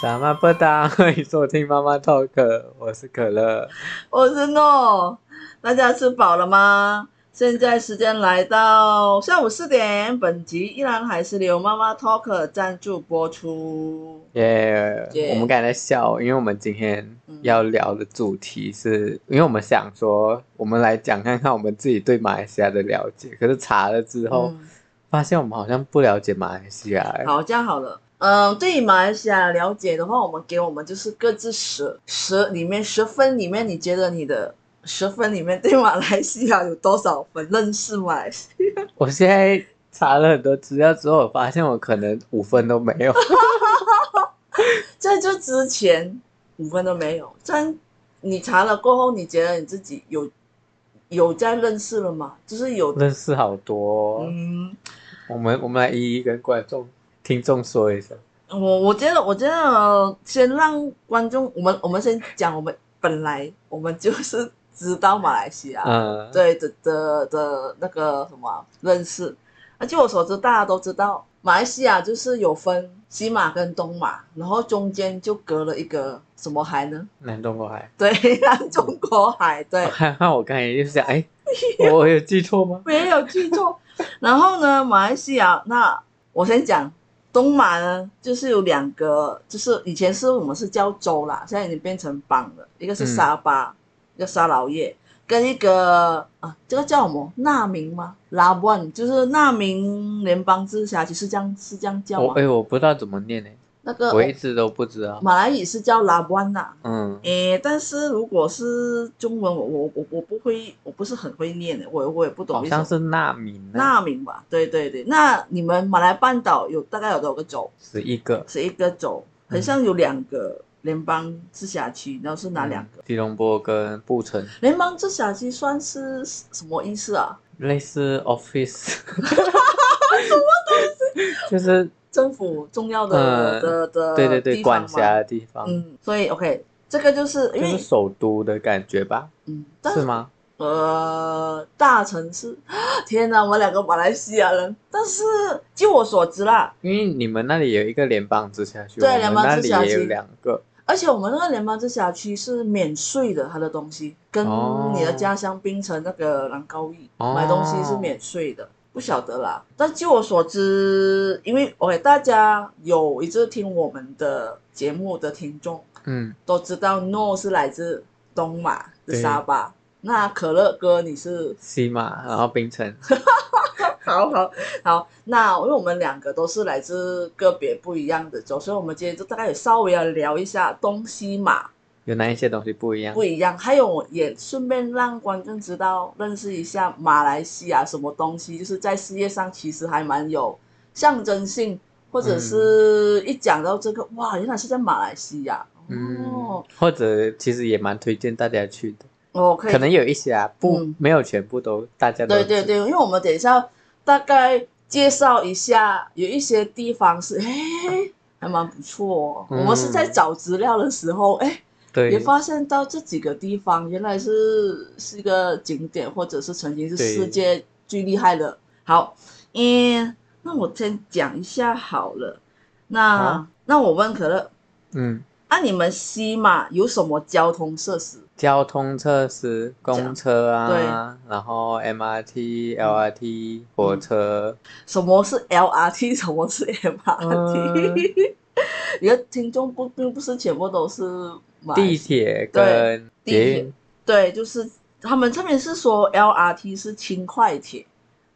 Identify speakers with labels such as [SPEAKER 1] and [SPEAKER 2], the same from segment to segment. [SPEAKER 1] 什么不当？欢迎收听妈妈 talk，我是可乐。
[SPEAKER 2] 我是诺，大家吃饱了吗？现在时间来到下午四点，本集依然还是由妈妈 Talk 赞助播出。
[SPEAKER 1] 耶、
[SPEAKER 2] 耶
[SPEAKER 1] 我们刚才在笑，因为我们今天要聊的主题是，因为我们想说，我们来讲看看我们自己对马来西亚的了解。可是查了之后，
[SPEAKER 2] 嗯
[SPEAKER 1] 发现我们好像不了解马来西亚、欸。
[SPEAKER 2] 好，这样好了。嗯，对于马来西亚了解的话，我们给我们就是各自十十里面十分里面，你觉得你的十分里面对马来西亚有多少分认识马来西亚？
[SPEAKER 1] 我现在查了很多资料之后，我发现我可能五分都没 有。
[SPEAKER 2] 在这之前五分都没有。在你查了过后，你觉得你自己有有在认识了吗？就是有
[SPEAKER 1] 认识好多哦、
[SPEAKER 2] 嗯，
[SPEAKER 1] 我们我们来一一跟观众、听众说一下。
[SPEAKER 2] 我我觉得，我觉得先让观众，我们我们先讲，我们本来我们就是知道马来西亚、
[SPEAKER 1] 嗯，
[SPEAKER 2] 对的的的那个什么啊认识，而据我所知，大家都知道马来西亚就是有分西马跟东马，然后中间就隔了一个什么海呢？
[SPEAKER 1] 南中国海。
[SPEAKER 2] 对， 南中国海，对，
[SPEAKER 1] 还好我刚才就是想，哎，我有记错吗？
[SPEAKER 2] 没有记错。然后呢，马来西亚，那我先讲东马呢，就是有两个，就是以前是我们是叫州啦，现在已经变成邦了，一个是
[SPEAKER 1] 嗯
[SPEAKER 2] 沙巴，一个沙劳越，跟一个啊，这个叫什么？纳明吗？拉布安，就是纳明联邦直辖区是这样是这样叫
[SPEAKER 1] 我
[SPEAKER 2] 吗？呃
[SPEAKER 1] 哎，我不知道怎么念呢，
[SPEAKER 2] 那个
[SPEAKER 1] 我一直都不知道。
[SPEAKER 2] 马来语是叫拉布安呐、
[SPEAKER 1] 嗯，
[SPEAKER 2] 诶，但是如果是中文，我我我我不会，我不是很会念的，我我也不懂
[SPEAKER 1] 好
[SPEAKER 2] 为什
[SPEAKER 1] 像
[SPEAKER 2] 么。
[SPEAKER 1] 是纳米呢，
[SPEAKER 2] 纳明吧，对对对。那你们马来半岛有大概有多少个州？
[SPEAKER 1] 十一个。
[SPEAKER 2] 十一个州，很像有两个联邦直辖区，然后是哪两个？
[SPEAKER 1] 嗯？吉隆坡跟布城，
[SPEAKER 2] 联邦直辖区算是什么意思啊？
[SPEAKER 1] 类似 office。什么东西？ 就是
[SPEAKER 2] 政府重要的、
[SPEAKER 1] 呃
[SPEAKER 2] 的的
[SPEAKER 1] 对对对，
[SPEAKER 2] 地方
[SPEAKER 1] 管
[SPEAKER 2] 吗
[SPEAKER 1] 辖的地方，
[SPEAKER 2] 嗯，所以 OK，这个就是
[SPEAKER 1] 就
[SPEAKER 2] 因为、
[SPEAKER 1] 是首都的感觉吧？
[SPEAKER 2] 嗯，但
[SPEAKER 1] 是吗？
[SPEAKER 2] 呃，大城市， 天哪，我们两个马来西亚人。但是据我所知啦，
[SPEAKER 1] 因为你们那里有一个联邦直辖区，
[SPEAKER 2] 对
[SPEAKER 1] 我们
[SPEAKER 2] 联邦
[SPEAKER 1] 那
[SPEAKER 2] 直
[SPEAKER 1] 里
[SPEAKER 2] 辖
[SPEAKER 1] 也有
[SPEAKER 2] 区
[SPEAKER 1] 两个。
[SPEAKER 2] 而且我们那个联邦直辖区是免税的，它的东西跟
[SPEAKER 1] 哦
[SPEAKER 2] 你的家乡槟城那个兰高邑、
[SPEAKER 1] 哦
[SPEAKER 2] 买东西是免税的，不晓得啦。但据我所知，因为 OK，大家有一直听我们的节目的听众
[SPEAKER 1] 嗯，
[SPEAKER 2] 都知道，No 是来自东马的
[SPEAKER 1] 对
[SPEAKER 2] 沙巴。那可乐哥，你是
[SPEAKER 1] 西马，然后槟城，
[SPEAKER 2] 好好好，那因为我们两个都是来自个别不一样的州，所以我们今天就大概也稍微要聊一下东西马
[SPEAKER 1] 有哪一些东西不一样？
[SPEAKER 2] 不一样。还有，我也顺便让观众知道、认识一下马来西亚什么东西，就是在世界上其实还蛮有象征性，或者是一讲到这个，哇，原来是在马来西亚。
[SPEAKER 1] 嗯
[SPEAKER 2] 哦，，
[SPEAKER 1] 或者其实也蛮推荐大家去的，
[SPEAKER 2] 我可以
[SPEAKER 1] 可能有一些啊，不、
[SPEAKER 2] 嗯
[SPEAKER 1] 没有全部都大家都
[SPEAKER 2] 对对
[SPEAKER 1] 知
[SPEAKER 2] 对，因为我们等一下大概介绍一下，有一些地方是哎。还蛮不错、哦，
[SPEAKER 1] 嗯
[SPEAKER 2] 我们是在找资料的时候，哎、
[SPEAKER 1] 对
[SPEAKER 2] 也发现到这几个地方原来是是一个景点，或者是曾经是
[SPEAKER 1] 对
[SPEAKER 2] 世界最厉害的。好，嗯，那我先讲一下好了。那、
[SPEAKER 1] 好
[SPEAKER 2] 那我问可乐，
[SPEAKER 1] 嗯，
[SPEAKER 2] 啊，你们西马有什么交通设施？
[SPEAKER 1] 交通设施，公车
[SPEAKER 2] 对嗯
[SPEAKER 1] 啊，然后 MRT、LRT、火车，
[SPEAKER 2] 什么是 LRT？什么是 MRT？、
[SPEAKER 1] 嗯
[SPEAKER 2] 你 的听众不并不是全部都是马来
[SPEAKER 1] 地铁跟
[SPEAKER 2] 地
[SPEAKER 1] 捷
[SPEAKER 2] 铁
[SPEAKER 1] 运，
[SPEAKER 2] 对，就是他们这边是说 LRT 是轻快铁。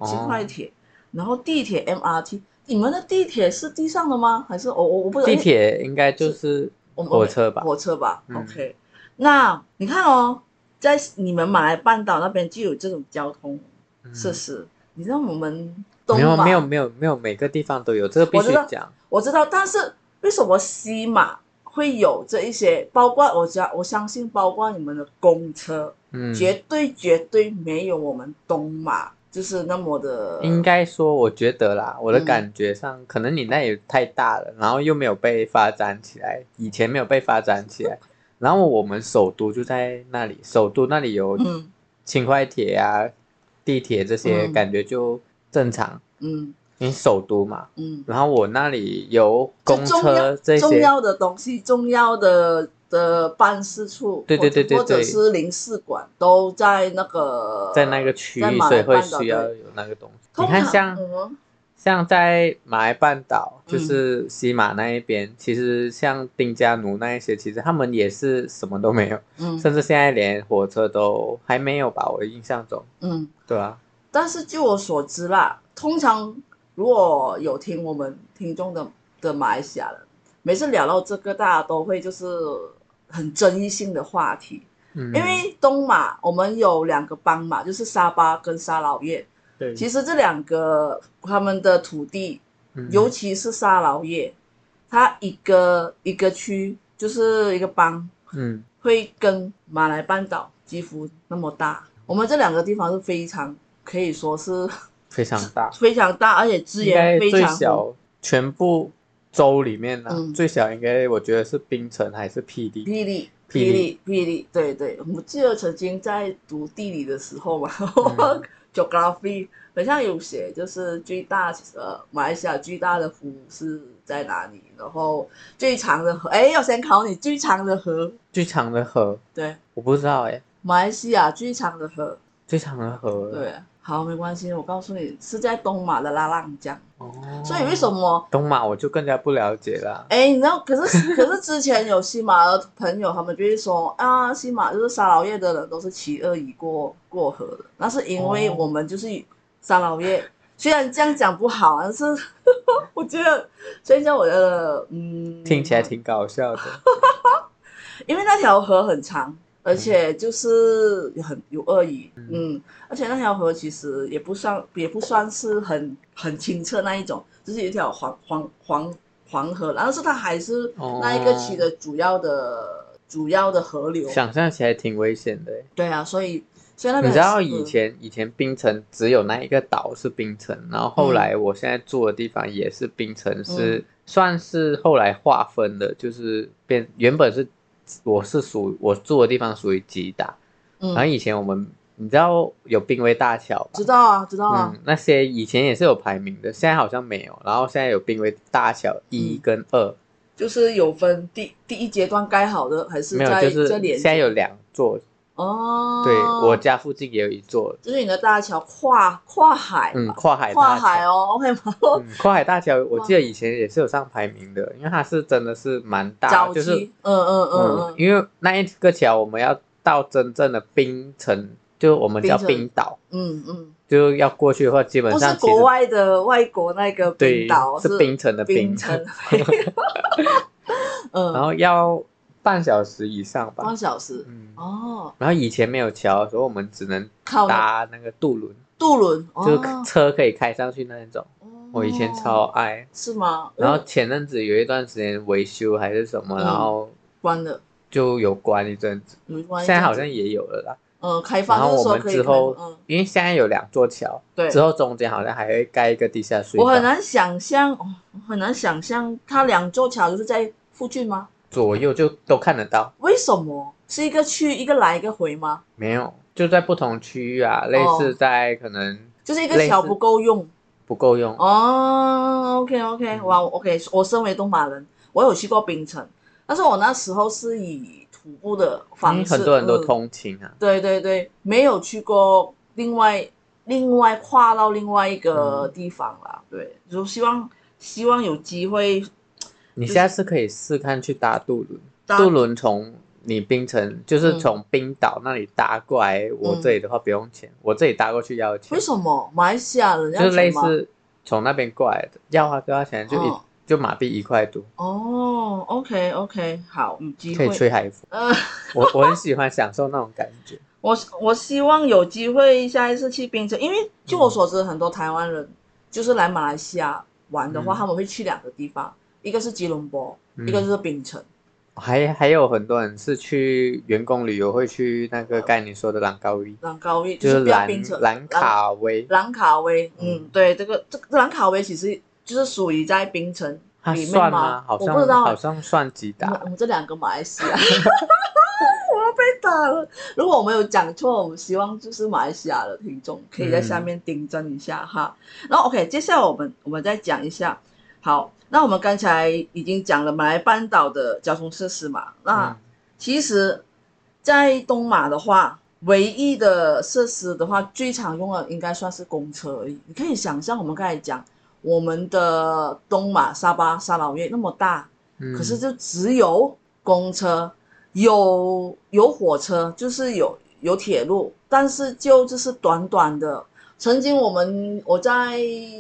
[SPEAKER 2] 轻快
[SPEAKER 1] 哦，
[SPEAKER 2] 铁，然后地铁 MRT。你们的地铁是地上的吗？还是哦我我我不
[SPEAKER 1] 地铁应该就是
[SPEAKER 2] 我们
[SPEAKER 1] 火车吧？
[SPEAKER 2] 火车吧、
[SPEAKER 1] 嗯
[SPEAKER 2] o k 那你看哦，在你们马来半岛那边就有这种交通
[SPEAKER 1] 嗯
[SPEAKER 2] 设施。你知道我们东
[SPEAKER 1] 没有
[SPEAKER 2] 马
[SPEAKER 1] 没有没有没有，每个地方都有，这个必
[SPEAKER 2] 我知
[SPEAKER 1] 须
[SPEAKER 2] 道
[SPEAKER 1] 讲。
[SPEAKER 2] 我知道，但是为什么西马会有这一些？包括我家，我相信包括你们的公车，
[SPEAKER 1] 嗯，
[SPEAKER 2] 绝对绝对没有我们东马就是那么的
[SPEAKER 1] 应该说，我觉得啦，我的
[SPEAKER 2] 嗯
[SPEAKER 1] 感觉上，可能你那也太大了，然后又没有被发展起来，以前没有被发展起来，然后我们首都就在那里，首都那里有
[SPEAKER 2] 嗯
[SPEAKER 1] 轻快铁啊、地铁这些，
[SPEAKER 2] 嗯
[SPEAKER 1] 感觉就正常。
[SPEAKER 2] 嗯，
[SPEAKER 1] 你首都嘛，
[SPEAKER 2] 嗯，
[SPEAKER 1] 然后我那里有公
[SPEAKER 2] 就重要
[SPEAKER 1] 车这
[SPEAKER 2] 重
[SPEAKER 1] 些，
[SPEAKER 2] 要的东西、重要的的办事处，
[SPEAKER 1] 对对对对
[SPEAKER 2] 或者或
[SPEAKER 1] 对
[SPEAKER 2] 者是领事馆都在那个
[SPEAKER 1] 在那个区
[SPEAKER 2] 在
[SPEAKER 1] 域，
[SPEAKER 2] 马
[SPEAKER 1] 所以
[SPEAKER 2] 来
[SPEAKER 1] 会
[SPEAKER 2] 半岛
[SPEAKER 1] 需要
[SPEAKER 2] 对
[SPEAKER 1] 有那个东西。
[SPEAKER 2] 通
[SPEAKER 1] 你看
[SPEAKER 2] 常
[SPEAKER 1] 像，
[SPEAKER 2] 嗯
[SPEAKER 1] 像在马来半岛，就
[SPEAKER 2] 嗯
[SPEAKER 1] 是西马那一边，其实像丁加奴那一些，其实他们也是什么都没有，
[SPEAKER 2] 嗯
[SPEAKER 1] 甚至现在连火车都还没有吧，我的印象中，
[SPEAKER 2] 嗯，
[SPEAKER 1] 对啊，
[SPEAKER 2] 但是据我所知啦，通常如果有听我们听众的的马来西亚人，每次聊到这个，大家都会就是很争议性的话题，
[SPEAKER 1] 嗯，
[SPEAKER 2] 因为东马我们有两个邦嘛，就是沙巴跟沙劳越。
[SPEAKER 1] 对
[SPEAKER 2] 其实这两个他们的土地，
[SPEAKER 1] 嗯
[SPEAKER 2] 尤其是沙劳越，它一个一个区就是一个邦，
[SPEAKER 1] 嗯
[SPEAKER 2] 会跟马来半岛几乎那么大。我们这两个地方是非常可以说是
[SPEAKER 1] 非常大，
[SPEAKER 2] 非常大，而且资
[SPEAKER 1] 应
[SPEAKER 2] 源
[SPEAKER 1] 该
[SPEAKER 2] 非
[SPEAKER 1] 最
[SPEAKER 2] 常丰
[SPEAKER 1] 小全部州里面呢、
[SPEAKER 2] 嗯
[SPEAKER 1] 最小应该我觉得是槟城还是霹雳，
[SPEAKER 2] 霹雳，霹
[SPEAKER 1] 霹
[SPEAKER 2] 雳
[SPEAKER 1] 雳，
[SPEAKER 2] 霹雳，对对，我记得曾经在读地理的时候嘛、
[SPEAKER 1] 嗯
[SPEAKER 2] g e o g r a p h y 好像有写，就是最大呃马来西亚最大的湖是在哪里，然后最长的河，哎，要先考你最长的河，
[SPEAKER 1] 最长的河
[SPEAKER 2] 对，
[SPEAKER 1] 我不知道哎、
[SPEAKER 2] 马来西亚最长的河，
[SPEAKER 1] 最长的河，，
[SPEAKER 2] 对，好，没关系，我告诉你是在东马的拉浪江，
[SPEAKER 1] 哦，
[SPEAKER 2] 所以为什么？
[SPEAKER 1] 东马我就更加不了解啦。
[SPEAKER 2] 哎，你知道，可是 可是之前有西马的朋友，他们就会说啊，西马就是沙劳越的人都是骑二乙过过河的，那是因为
[SPEAKER 1] 哦
[SPEAKER 2] 我们就是沙劳越，虽然这样讲不好，但是 我觉得，所以讲我的嗯，
[SPEAKER 1] 听起来挺搞笑的。
[SPEAKER 2] 因为那条河很长，而
[SPEAKER 1] 嗯
[SPEAKER 2] 且就是有很有恶意，嗯，而且那条河其实也不算也不算是很很清澈那一种，就是一条黄黄黄黄河，然后是它还是
[SPEAKER 1] 哦
[SPEAKER 2] 那一个区的主要的、主要的河流。
[SPEAKER 1] 想象起来挺危险的欸。
[SPEAKER 2] 对啊，所以所以那边
[SPEAKER 1] 你知道
[SPEAKER 2] 很适合
[SPEAKER 1] 以前以前冰城只有那一个岛是冰城，然后后来我现在住的地方也是冰城，
[SPEAKER 2] 嗯
[SPEAKER 1] 是算是后来划分的，就是变原本是我是属我住的地方属于吉打，然后啊
[SPEAKER 2] 嗯，
[SPEAKER 1] 以前我们你知道有冰威大桥吧
[SPEAKER 2] 知？道啊，知道啊，
[SPEAKER 1] 嗯，那些以前也是有排名的，现在好像没有。然后现在有冰威大桥一
[SPEAKER 2] 嗯
[SPEAKER 1] 跟二、
[SPEAKER 2] 就是有分第第一阶段盖好的还是
[SPEAKER 1] 没有，
[SPEAKER 2] 在
[SPEAKER 1] 就是
[SPEAKER 2] 在连
[SPEAKER 1] 现在
[SPEAKER 2] 接
[SPEAKER 1] 有两座，
[SPEAKER 2] 哦，
[SPEAKER 1] 对我家附近也有一座，
[SPEAKER 2] 就是你的大桥跨跨海
[SPEAKER 1] 嗯，
[SPEAKER 2] 吧
[SPEAKER 1] 跨海
[SPEAKER 2] 跨
[SPEAKER 1] 大
[SPEAKER 2] 海
[SPEAKER 1] 桥，
[SPEAKER 2] 哦，OK 嗯吗？我
[SPEAKER 1] 嗯，跨海大桥，我记得以前也是有上排名的，因为它是真的是蛮大
[SPEAKER 2] 早
[SPEAKER 1] 的，
[SPEAKER 2] 期，
[SPEAKER 1] 就是
[SPEAKER 2] 嗯嗯嗯
[SPEAKER 1] 嗯，因为那一个桥我们要到真正的冰城，就我们叫
[SPEAKER 2] 槟城
[SPEAKER 1] 冰岛，
[SPEAKER 2] 嗯嗯
[SPEAKER 1] 就要过去的话，基本
[SPEAKER 2] 嗯，不是
[SPEAKER 1] 上其实
[SPEAKER 2] 国外的外国那个
[SPEAKER 1] 对
[SPEAKER 2] 冰岛，
[SPEAKER 1] 是冰城的
[SPEAKER 2] 冰
[SPEAKER 1] 冰，，
[SPEAKER 2] 城 嗯，
[SPEAKER 1] 然后要半小时以上吧
[SPEAKER 2] 半，小时
[SPEAKER 1] 嗯，
[SPEAKER 2] 哦，
[SPEAKER 1] 然后以前没有桥的时候，我们只能
[SPEAKER 2] 靠
[SPEAKER 1] 搭那个渡轮，
[SPEAKER 2] 渡轮，
[SPEAKER 1] 就是
[SPEAKER 2] 哦，
[SPEAKER 1] 车可以开上去那一种，我以前超
[SPEAKER 2] 哦
[SPEAKER 1] 爱。
[SPEAKER 2] 是吗？
[SPEAKER 1] 然后
[SPEAKER 2] 哦
[SPEAKER 1] 前阵子有一段时间维修还是什么，
[SPEAKER 2] 嗯
[SPEAKER 1] 然后
[SPEAKER 2] 关了，
[SPEAKER 1] 就有关一阵子，
[SPEAKER 2] 有关
[SPEAKER 1] 现
[SPEAKER 2] 于
[SPEAKER 1] 在
[SPEAKER 2] 这
[SPEAKER 1] 好
[SPEAKER 2] 样
[SPEAKER 1] 像
[SPEAKER 2] 子
[SPEAKER 1] 也有了啦。
[SPEAKER 2] 嗯开
[SPEAKER 1] 然
[SPEAKER 2] 放，
[SPEAKER 1] 后
[SPEAKER 2] 就是
[SPEAKER 1] 我
[SPEAKER 2] 说
[SPEAKER 1] 们
[SPEAKER 2] 可
[SPEAKER 1] 之
[SPEAKER 2] 以开，
[SPEAKER 1] 后
[SPEAKER 2] 嗯，，
[SPEAKER 1] 因为现在有两座桥，
[SPEAKER 2] 对
[SPEAKER 1] 之，后中间好像还会盖一个地下水
[SPEAKER 2] 我很
[SPEAKER 1] 道，
[SPEAKER 2] 难想象，哦我很难想象它两座桥就是在附近吗？
[SPEAKER 1] 左右就都看得到。
[SPEAKER 2] 为什么是一个去一个来一个回吗？
[SPEAKER 1] 没有，就在不同区域啊，类
[SPEAKER 2] 哦
[SPEAKER 1] 似在可能
[SPEAKER 2] 就是一个
[SPEAKER 1] 类
[SPEAKER 2] 桥
[SPEAKER 1] 似
[SPEAKER 2] 不够用。
[SPEAKER 1] 不够用。
[SPEAKER 2] 哦，OK OK，
[SPEAKER 1] 嗯
[SPEAKER 2] 哇，OK，我身为东马人，我有去过槟城，但是我那时候是以徒步的
[SPEAKER 1] 因
[SPEAKER 2] 方
[SPEAKER 1] 为
[SPEAKER 2] 式，
[SPEAKER 1] 很多人都
[SPEAKER 2] 嗯
[SPEAKER 1] 通勤啊，
[SPEAKER 2] 对对对，没有去过另外另外跨到另外一个地方啦，
[SPEAKER 1] 嗯
[SPEAKER 2] 对，就希望希望有机会
[SPEAKER 1] 你下次可以试看去搭渡轮，
[SPEAKER 2] 搭
[SPEAKER 1] 渡轮从你冰城，就是
[SPEAKER 2] 嗯
[SPEAKER 1] 从冰岛那里搭过来，我
[SPEAKER 2] 嗯
[SPEAKER 1] 这里的话不用钱，我这里搭过去要钱
[SPEAKER 2] 为，什么马来西亚人要
[SPEAKER 1] 就是类
[SPEAKER 2] 钱吗？
[SPEAKER 1] 似从那边过来的，要啊都要钱，就一、
[SPEAKER 2] 哦
[SPEAKER 1] 就马币一块多，
[SPEAKER 2] 哦，OK OK，好，有机
[SPEAKER 1] 可以
[SPEAKER 2] 会，
[SPEAKER 1] 吹海风，
[SPEAKER 2] 呃。
[SPEAKER 1] 我 我很喜欢享受那种感觉，
[SPEAKER 2] 我我希望有机会下一次去槟城，因为据
[SPEAKER 1] 嗯
[SPEAKER 2] 我所知，很多台湾人就是来马来西亚玩的话，
[SPEAKER 1] 嗯
[SPEAKER 2] 他们会去两个地方，一个是吉隆坡，
[SPEAKER 1] 嗯
[SPEAKER 2] 一个就是槟城。
[SPEAKER 1] 还还有很多人是去员工旅游会去那个刚才你说的兰高威，
[SPEAKER 2] 兰高威
[SPEAKER 1] 就是
[SPEAKER 2] 是不要
[SPEAKER 1] 兰
[SPEAKER 2] 槟城，
[SPEAKER 1] 兰卡威，
[SPEAKER 2] 兰卡威，嗯
[SPEAKER 1] 嗯，
[SPEAKER 2] 对，这个这个兰卡威其实就是属于在槟城
[SPEAKER 1] 它
[SPEAKER 2] 里面
[SPEAKER 1] 算
[SPEAKER 2] 吗
[SPEAKER 1] 吗？好
[SPEAKER 2] 我不知
[SPEAKER 1] 像
[SPEAKER 2] 道
[SPEAKER 1] 好像算几
[SPEAKER 2] 我们
[SPEAKER 1] 打嗯
[SPEAKER 2] 我，们这两个马来西亚，要被打了。如果我们有讲错，我们希望就是马来西亚的听众可以在下面订正一下哈。然后 OK，接下来我们我们再讲一下。好，那我们刚才已经讲了马来半岛的交通设施嘛，那
[SPEAKER 1] 嗯
[SPEAKER 2] 其实，在东马的话，唯一的设施的话，最常用的应该算是公车而已。你可以想象，我们刚才讲我们的东马、沙巴、沙劳越那么大，
[SPEAKER 1] 嗯
[SPEAKER 2] 可是就只有公车，有有火车，就是有有铁路，但是就就是短短的。曾经我们我在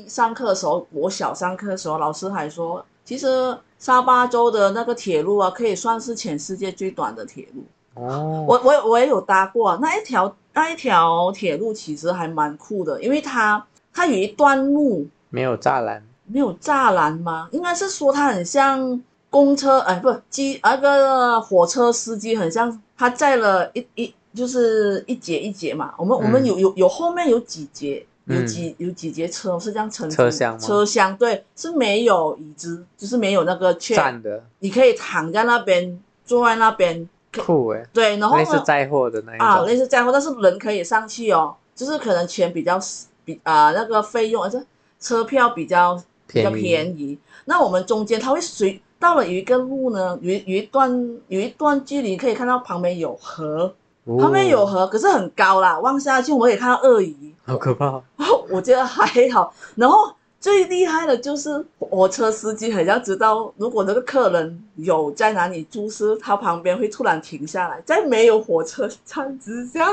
[SPEAKER 2] 上课的时候，我小上课的时候，老师还说，其实沙巴州的那个铁路啊，可以算是全世界最短的铁路。
[SPEAKER 1] 哦，
[SPEAKER 2] 我我我也有搭过啊那一条那一条铁路，其实还蛮酷的，因为它它有一段路
[SPEAKER 1] 没有栅栏，
[SPEAKER 2] 没有栅栏吗？应该是说它很像公车，哎，不，机那个火车司机很像，他载了一一就是一节一节嘛。我们、
[SPEAKER 1] 嗯
[SPEAKER 2] 我们有有有后面有几节，有
[SPEAKER 1] 嗯
[SPEAKER 2] 几、有几节车是这样称呼
[SPEAKER 1] 车厢吗
[SPEAKER 2] 车厢对，是没有椅子，就是没有那个券，
[SPEAKER 1] 站的
[SPEAKER 2] 你可以躺在那边，坐在那边，可
[SPEAKER 1] 酷哎，
[SPEAKER 2] 对，然后
[SPEAKER 1] 类似
[SPEAKER 2] 呢？
[SPEAKER 1] 载货的那
[SPEAKER 2] 啊，
[SPEAKER 1] 一
[SPEAKER 2] 类
[SPEAKER 1] 种，
[SPEAKER 2] 似这样，但是人可以上去哦，就是可能钱比较比啊、那个费用，而且车票比较比较
[SPEAKER 1] 便宜
[SPEAKER 2] 便宜。那我们中间它会随到了有一个路呢，有一有一段有一段距离可以看到旁边有河，旁边有
[SPEAKER 1] 哦
[SPEAKER 2] 河，可是很高啦，望下去我也看到鳄鱼，
[SPEAKER 1] 好可怕，
[SPEAKER 2] 我觉得还好。然后最厉害的就是火车司机，很像知道如果那个客人有在哪里住宿，他旁边会突然停下来，在没有火车站之下，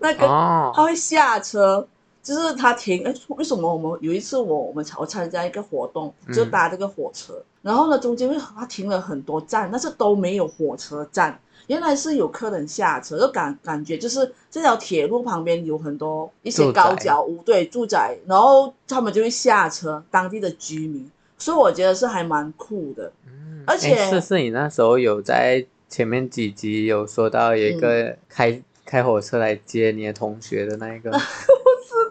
[SPEAKER 2] 那个他
[SPEAKER 1] 哦，
[SPEAKER 2] 会下车，就是他停。哎，为什么我们有一次我我们我参加一个活动，
[SPEAKER 1] 嗯
[SPEAKER 2] 就搭这个火车，然后呢中间会他停了很多站，但是都没有火车站。原来是有客人下车，就感感觉就是这条铁路旁边有很多一些
[SPEAKER 1] 住宅
[SPEAKER 2] 高脚屋，对住宅，然后他们就会下车，当地的居民，所以我觉得是还蛮酷的。
[SPEAKER 1] 嗯
[SPEAKER 2] 而
[SPEAKER 1] 诶
[SPEAKER 2] 且
[SPEAKER 1] 是是你那时候有在前面几集有说到有
[SPEAKER 2] 嗯
[SPEAKER 1] 一个开、开火车来接你的同学的那一 个，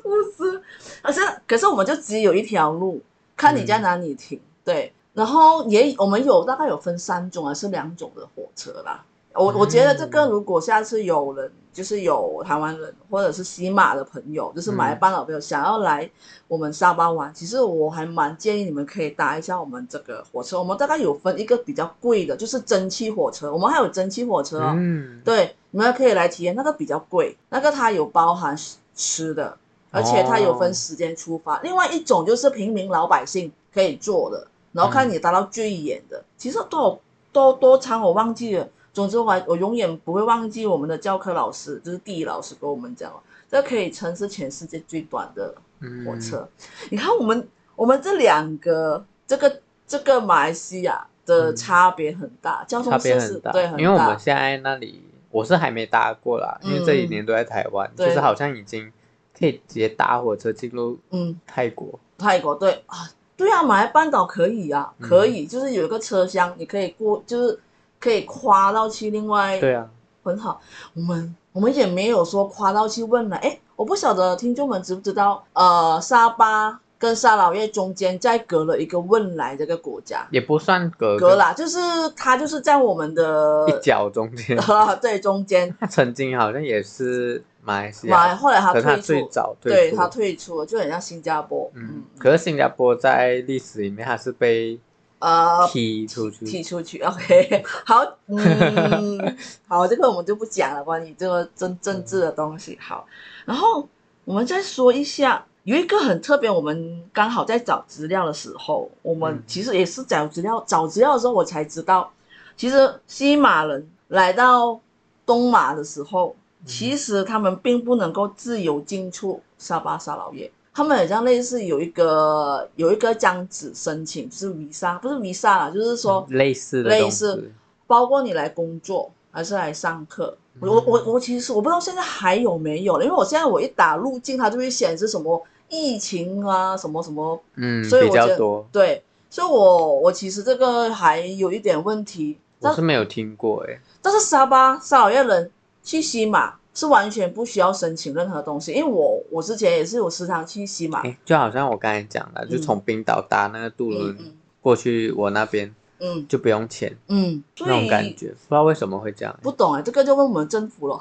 [SPEAKER 2] 不是，可是可是我们就只有一条路，看你在哪里停。对，然后也我们有大概有分三种还是两种的火车啦。我我觉得这个如果下次有人就是有台湾人或者是西马的朋友，就是马来半岛朋友想要来我们沙巴玩，其实我还蛮建议你们可以搭一下我们这个火车。我们大概有分一个比较贵的，就是蒸汽火车，我们还有蒸汽火车哦。
[SPEAKER 1] 嗯，
[SPEAKER 2] 对，你们可以来体验，那个比较贵，那个它有包含吃吃的，而且它有分
[SPEAKER 1] 哦
[SPEAKER 2] 时间出发。另外一种就是平民老百姓可以坐的，然后看你搭到最远
[SPEAKER 1] 嗯
[SPEAKER 2] 的，其实多少多多长我忘记了。总之我还我永远不会忘记我们的教科老师，就是地理老师跟我们讲，这可以称是全世界最短的
[SPEAKER 1] 嗯
[SPEAKER 2] 火车。你看我们我们这两个这个这个马来西亚的
[SPEAKER 1] 嗯
[SPEAKER 2] 差别很大，交
[SPEAKER 1] 差
[SPEAKER 2] 通
[SPEAKER 1] 别
[SPEAKER 2] 设施
[SPEAKER 1] 很大，
[SPEAKER 2] 对很大，嗯
[SPEAKER 1] 因为我们现在那里我是还没搭过啦，因为这几年都在台湾，
[SPEAKER 2] 对
[SPEAKER 1] 就是好像已经可以直接搭火车进入
[SPEAKER 2] 嗯。
[SPEAKER 1] 泰国，
[SPEAKER 2] 泰国对啊，对啊，马来半岛可以啊，
[SPEAKER 1] 嗯
[SPEAKER 2] 可以，就是有一个车厢，你可以过，就是可以跨到去另外，
[SPEAKER 1] 对啊，
[SPEAKER 2] 很好。我们我们也没有说跨到去问了，哎，我不晓得听众们知不知道，呃，沙巴跟沙劳越中间再隔了一个汶莱这个国家，
[SPEAKER 1] 也不算隔
[SPEAKER 2] 隔啦，就是它就是在我们的
[SPEAKER 1] 一角中间，
[SPEAKER 2] 啊， 对中间，
[SPEAKER 1] 它曾经好像也是马来西
[SPEAKER 2] 马来
[SPEAKER 1] 亚，
[SPEAKER 2] 后来它
[SPEAKER 1] 可是它
[SPEAKER 2] 退
[SPEAKER 1] 最
[SPEAKER 2] 出，
[SPEAKER 1] 早退
[SPEAKER 2] 对
[SPEAKER 1] 出，
[SPEAKER 2] 它退出了，就很像新加坡，
[SPEAKER 1] 嗯
[SPEAKER 2] 嗯，，
[SPEAKER 1] 可是新加坡在历史里面它是被
[SPEAKER 2] 呃，
[SPEAKER 1] 踢出
[SPEAKER 2] 踢
[SPEAKER 1] 去，
[SPEAKER 2] 出去。OK，好， 嗯，好，这个我们就不讲了，关于这个政政治的东西。好，然后我们再说一下，有一个很特别，我们刚好在找资料的时候，我们
[SPEAKER 1] 嗯
[SPEAKER 2] 其实也是找资料，找资料的时候我才知道，其实西马人来到东马的时候，
[SPEAKER 1] 嗯
[SPEAKER 2] 其实他们并不能够自由进出沙巴沙劳越，他们很像类似有一个有一个将子申请，就是 visa，不是 visa 啦，就是说
[SPEAKER 1] 类似的
[SPEAKER 2] 类
[SPEAKER 1] 东
[SPEAKER 2] 似
[SPEAKER 1] 西，
[SPEAKER 2] 包括你来工作还是来上课。我
[SPEAKER 1] 嗯
[SPEAKER 2] 我我我其实我不知道现在还有没有了，因为我现在我一打入境，它就会显示什么疫情啊，什么什么
[SPEAKER 1] 嗯，
[SPEAKER 2] 所以我
[SPEAKER 1] 比
[SPEAKER 2] 觉得
[SPEAKER 1] 较多，
[SPEAKER 2] 对，所以我我其实这个还有一点问题。
[SPEAKER 1] 我
[SPEAKER 2] 但
[SPEAKER 1] 是没有听过哎，
[SPEAKER 2] 但是沙巴沙老越人去西马是完全不需要申请任何东西，因为我我之前也是有时常去西
[SPEAKER 1] 嗯
[SPEAKER 2] 马，
[SPEAKER 1] 诶就好像我刚才讲的，就
[SPEAKER 2] 啊嗯
[SPEAKER 1] 从冰岛搭那个渡
[SPEAKER 2] 嗯
[SPEAKER 1] 轮
[SPEAKER 2] 嗯
[SPEAKER 1] 过去我那边，
[SPEAKER 2] 嗯
[SPEAKER 1] 就不用钱
[SPEAKER 2] 嗯，所
[SPEAKER 1] 那种感
[SPEAKER 2] 以
[SPEAKER 1] 觉，不知道为什么会这样，
[SPEAKER 2] 不懂啊，这个就问我们政府了。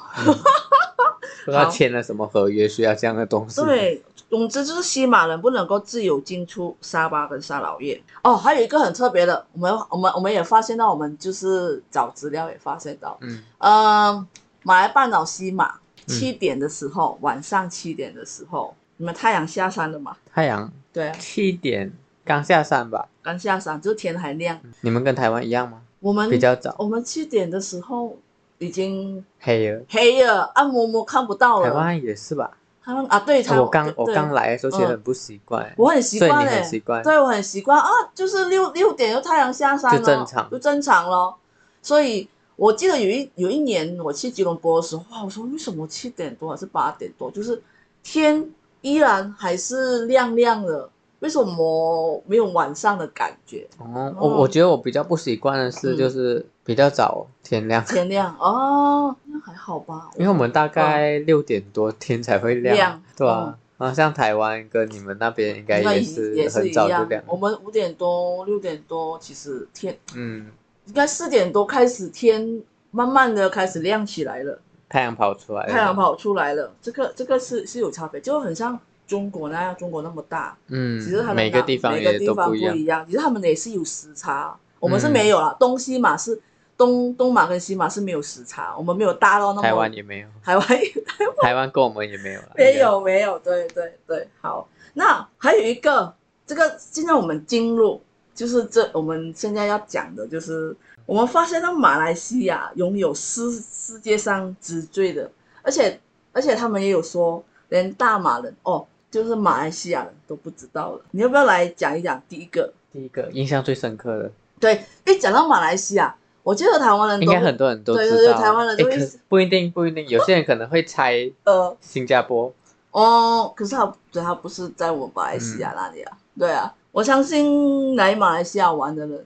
[SPEAKER 1] 不知道
[SPEAKER 2] 好
[SPEAKER 1] 签了什么合约需要这样的东西。，
[SPEAKER 2] 对，总之就是西马人不能够自由进出沙巴跟沙劳越。哦，还有一个很特别的，我们我们我们也发现到，我们就是找资料也发现到，
[SPEAKER 1] 嗯
[SPEAKER 2] 嗯，马来半岛西马七点的时候，晚上七点的时候，你们太阳下山了嘛？
[SPEAKER 1] 太阳
[SPEAKER 2] 对啊，
[SPEAKER 1] 七点刚下山吧？
[SPEAKER 2] 刚下山就天还亮。
[SPEAKER 1] 你们跟台湾一样吗？
[SPEAKER 2] 我们
[SPEAKER 1] 嗯比较早，
[SPEAKER 2] 我们七点的时候已经
[SPEAKER 1] 黑了。
[SPEAKER 2] 黑了，按摩摩看不到
[SPEAKER 1] 台
[SPEAKER 2] 了。
[SPEAKER 1] 湾也是吧？
[SPEAKER 2] 他们啊，对，他
[SPEAKER 1] 我刚我刚
[SPEAKER 2] 来，
[SPEAKER 1] 来的时候觉得
[SPEAKER 2] 嗯
[SPEAKER 1] 很不习惯，
[SPEAKER 2] 我很习
[SPEAKER 1] 所以
[SPEAKER 2] 惯
[SPEAKER 1] 你
[SPEAKER 2] 嘞、
[SPEAKER 1] 很习惯，
[SPEAKER 2] 对我很习惯啊，就是六六点就太阳下山了，
[SPEAKER 1] 就正常
[SPEAKER 2] 就正常咯。所以我记得有一有一年我去吉隆坡的时候，哇，我说为什么七点多还是八点多，就是天依然还是亮亮的，为什么没有晚上的感觉？
[SPEAKER 1] 哦，
[SPEAKER 2] 哦
[SPEAKER 1] 我我觉得我比较不习惯的是，
[SPEAKER 2] 嗯
[SPEAKER 1] 就是比较早天亮，
[SPEAKER 2] 天亮哦，那还好吧，
[SPEAKER 1] 因为我们大概六点多天才会
[SPEAKER 2] 哦亮哦
[SPEAKER 1] 对啊。然后像台湾跟你们那边应该
[SPEAKER 2] 应该
[SPEAKER 1] 也
[SPEAKER 2] 也是
[SPEAKER 1] 很
[SPEAKER 2] 一
[SPEAKER 1] 早
[SPEAKER 2] 样哦
[SPEAKER 1] 就亮，，
[SPEAKER 2] 我们五点多六点多，其实天
[SPEAKER 1] 嗯，
[SPEAKER 2] 应该四点多开始天慢慢的开始亮起来了。
[SPEAKER 1] 太阳跑出来了，
[SPEAKER 2] 太阳跑出来了，这个这个是是有差别，就很像中国那样，中国那么大，
[SPEAKER 1] 嗯，
[SPEAKER 2] 其实他们
[SPEAKER 1] 每个
[SPEAKER 2] 那
[SPEAKER 1] 地方
[SPEAKER 2] 每个
[SPEAKER 1] 也
[SPEAKER 2] 地
[SPEAKER 1] 都
[SPEAKER 2] 方
[SPEAKER 1] 不
[SPEAKER 2] 不
[SPEAKER 1] 一样，
[SPEAKER 2] 一样，其实他们也是有时差，我们是
[SPEAKER 1] 嗯
[SPEAKER 2] 没有了，东西马是东东马跟西马是没有时差，我们没有大到那么
[SPEAKER 1] 台湾也没有，
[SPEAKER 2] 台湾也
[SPEAKER 1] 台湾跟我们也没有了，
[SPEAKER 2] 哦 没有没有，对对对，好，那还有一个，这个现在我们进入就是这我们现在要讲的就是我们发现到马来西亚拥有世世界上之最的，而且而且他们也有说，连大马人哦，就是马来西亚人都不知道了。你要不要来讲一讲第一个？
[SPEAKER 1] 第一个印象最深刻的，
[SPEAKER 2] 对，一讲到马来西亚，我觉得台湾人
[SPEAKER 1] 应
[SPEAKER 2] 都
[SPEAKER 1] 该很多人都
[SPEAKER 2] 对
[SPEAKER 1] 知道，啊
[SPEAKER 2] 对对台湾人都
[SPEAKER 1] 诶
[SPEAKER 2] 会
[SPEAKER 1] 可不一定不一定，有些人可能会猜
[SPEAKER 2] 呃
[SPEAKER 1] 新加坡，
[SPEAKER 2] 哦，可是他对他不是在我马来
[SPEAKER 1] 嗯
[SPEAKER 2] 西亚那里啊，对啊，我相信来马来西亚玩的人，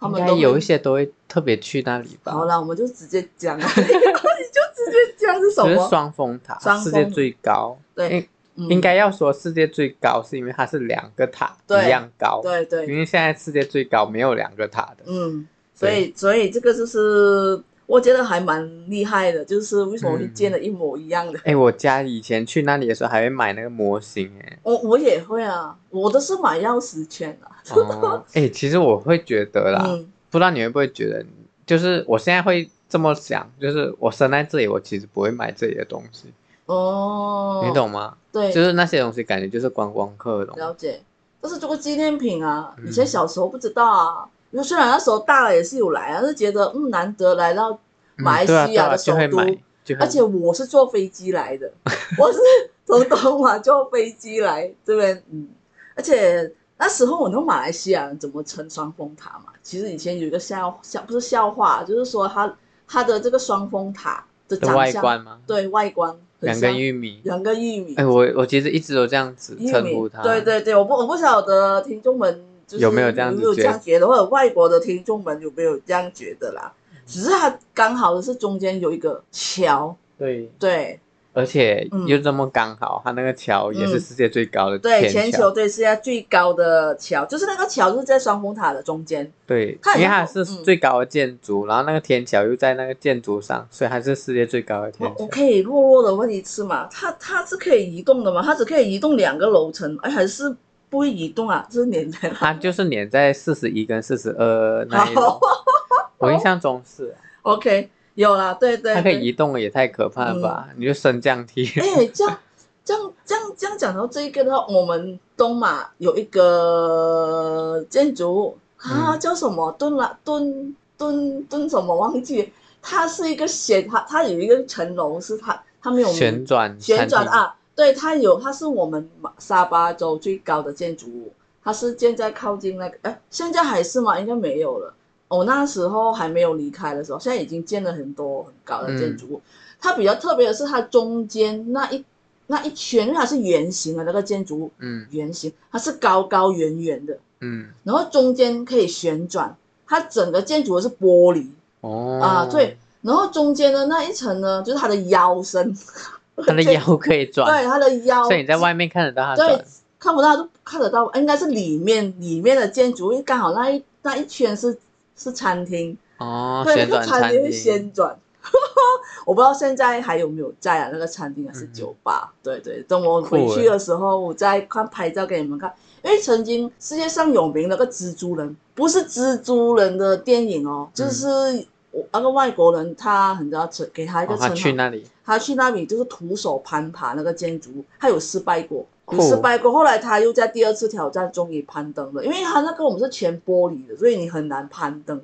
[SPEAKER 2] 他
[SPEAKER 1] 应
[SPEAKER 2] 们
[SPEAKER 1] 该
[SPEAKER 2] 都
[SPEAKER 1] 有
[SPEAKER 2] 会哦
[SPEAKER 1] 一。些都会特别去那里吧，
[SPEAKER 2] 好啦，我们就直接讲，啊 你就直接讲是什
[SPEAKER 1] 就是
[SPEAKER 2] 么？
[SPEAKER 1] 双峰塔，
[SPEAKER 2] 哦双峰
[SPEAKER 1] 世界最高。
[SPEAKER 2] 对，嗯
[SPEAKER 1] 应该要说世界最高，是因为它是两个塔
[SPEAKER 2] 对
[SPEAKER 1] 一样高。
[SPEAKER 2] 对
[SPEAKER 1] 因
[SPEAKER 2] 对，
[SPEAKER 1] 为现在世界最高没有两个塔的。
[SPEAKER 2] 嗯，所以所以这个就是我觉得还蛮厉害的，就是为什么会
[SPEAKER 1] 嗯
[SPEAKER 2] 建的一模一样的？，
[SPEAKER 1] 哎，我家以前去那里的时候还会买那个模型，哎
[SPEAKER 2] 我哦我也会啊，我都是买钥匙圈啊，
[SPEAKER 1] 哦，哎，其实我会觉得啦，
[SPEAKER 2] 嗯
[SPEAKER 1] 不知道你会不会觉得，就是我现在会这么想，就是我生在这里，我其实不会买这里的东西，
[SPEAKER 2] 哦，
[SPEAKER 1] 你？懂吗？
[SPEAKER 2] 对，
[SPEAKER 1] 就是那些东西感觉就是观光客的东西。
[SPEAKER 2] 了解，但是这个纪念品啊，
[SPEAKER 1] 嗯
[SPEAKER 2] 以前小时候不知道啊。因为虽然那时候大了也是有来啊，但是觉得嗯难得来到，
[SPEAKER 1] 嗯
[SPEAKER 2] 马来
[SPEAKER 1] 对啊
[SPEAKER 2] 西亚
[SPEAKER 1] 对啊
[SPEAKER 2] 的
[SPEAKER 1] 就会
[SPEAKER 2] 首都
[SPEAKER 1] 买，就会
[SPEAKER 2] 而且我是坐飞机 来的，我是从东马坐飞机来这边，嗯，而且那时候我那马来西亚人怎么称双峰塔嘛？其实以前有一个笑笑不是笑话，就是说它它的这个双峰塔的
[SPEAKER 1] 的
[SPEAKER 2] 长
[SPEAKER 1] 外
[SPEAKER 2] 相，
[SPEAKER 1] 观嘛，
[SPEAKER 2] 对外观很
[SPEAKER 1] 两根
[SPEAKER 2] 像
[SPEAKER 1] 玉米，
[SPEAKER 2] 两根玉米，
[SPEAKER 1] 哎、我我其实一直都这样子
[SPEAKER 2] 玉
[SPEAKER 1] 称
[SPEAKER 2] 米
[SPEAKER 1] 呼，他，
[SPEAKER 2] 对，对对，我不我不晓得听众们就是
[SPEAKER 1] 有没有这样子
[SPEAKER 2] 有没有
[SPEAKER 1] 觉
[SPEAKER 2] 这
[SPEAKER 1] 得
[SPEAKER 2] 样觉得，或者外国的听众们有没有这样觉得啦？只是它刚好的是中间有一个桥，
[SPEAKER 1] 对，
[SPEAKER 2] 对
[SPEAKER 1] 而且
[SPEAKER 2] 嗯
[SPEAKER 1] 又这么刚好，他那个桥也是
[SPEAKER 2] 嗯
[SPEAKER 1] 世界最高的
[SPEAKER 2] 对，
[SPEAKER 1] 天
[SPEAKER 2] 全
[SPEAKER 1] 桥，
[SPEAKER 2] 球对是在最高的桥，就是那个桥就是在双峰塔的中间，
[SPEAKER 1] 对
[SPEAKER 2] 它，
[SPEAKER 1] 因
[SPEAKER 2] 很
[SPEAKER 1] 为它
[SPEAKER 2] 像
[SPEAKER 1] 是
[SPEAKER 2] 嗯
[SPEAKER 1] 最高的建筑，然后那个天桥又在那个建筑上，所以它是世界最高的
[SPEAKER 2] 我
[SPEAKER 1] 天
[SPEAKER 2] 我
[SPEAKER 1] 桥。
[SPEAKER 2] 可以弱弱的问一次嘛？它它是可以移动的吗？它只可以移动两个楼层，哎，还是不会移动啊？这是年代
[SPEAKER 1] 它就是粘在四十一跟四十二那一
[SPEAKER 2] 好
[SPEAKER 1] 种，我印象中是， 啊
[SPEAKER 2] ，OK，有啦，对对，
[SPEAKER 1] 它可
[SPEAKER 2] 对嗯
[SPEAKER 1] 以移动的也太可怕了吧？你就升降梯，
[SPEAKER 2] 哎，这样这样这样这样讲到这一个的话，我们东马有一个建筑物啊，
[SPEAKER 1] 嗯
[SPEAKER 2] 叫什么敦拉敦敦敦什么忘记，它是一个写它它有一个城楼是它它没有名
[SPEAKER 1] 旋转
[SPEAKER 2] 旋
[SPEAKER 1] 餐
[SPEAKER 2] 转
[SPEAKER 1] 厅，
[SPEAKER 2] 啊，对，它有它是我们马沙巴州最高的建筑物，它是建在靠近那个哎，现在还是吗？应该没有了。我、那时候还没有离开的时候，现在已经建了很多很高的建筑物。
[SPEAKER 1] 嗯
[SPEAKER 2] 它比较特别的是，它中间那一那一圈，因为它是圆形的那个建筑物，
[SPEAKER 1] 嗯
[SPEAKER 2] 圆形，它是高高圆圆的，
[SPEAKER 1] 嗯，
[SPEAKER 2] 然后中间可以旋转，它整个建筑是玻璃，
[SPEAKER 1] 哦
[SPEAKER 2] 啊对，然后中间的那一层呢，就是它的腰身，
[SPEAKER 1] 哦它的腰可以
[SPEAKER 2] 对，
[SPEAKER 1] 转，
[SPEAKER 2] 它的腰，
[SPEAKER 1] 所以你在外面看得到它
[SPEAKER 2] 对
[SPEAKER 1] 转，，
[SPEAKER 2] 看不到都看得到，应该是里面里面的建筑，因为刚好那一那一圈是是餐厅，
[SPEAKER 1] 哦，
[SPEAKER 2] 对，那
[SPEAKER 1] 旋
[SPEAKER 2] 个
[SPEAKER 1] 转
[SPEAKER 2] 餐
[SPEAKER 1] 餐
[SPEAKER 2] 厅会
[SPEAKER 1] 厅，哦
[SPEAKER 2] 旋转。 我不知道现在还有没有在啊？那个餐厅还是
[SPEAKER 1] 嗯
[SPEAKER 2] 酒吧？对对，等我
[SPEAKER 1] 酷
[SPEAKER 2] 回去
[SPEAKER 1] 欸
[SPEAKER 2] 的时候，我再看拍照给你们看。因为曾经世界上有名的那个蜘蛛人，不是蜘蛛人的电影哦，就
[SPEAKER 1] 嗯
[SPEAKER 2] 是我那个外国人，他很知道称给他一个
[SPEAKER 1] 哦，
[SPEAKER 2] 称
[SPEAKER 1] 他
[SPEAKER 2] 号，
[SPEAKER 1] 去那里，
[SPEAKER 2] 他去那里就是徒手攀爬那个建筑物，他有失败过，有
[SPEAKER 1] 酷
[SPEAKER 2] 失败过。后来他又在第二次挑战终于攀登了，因为他那个我们是全玻璃的，所以你很难攀登。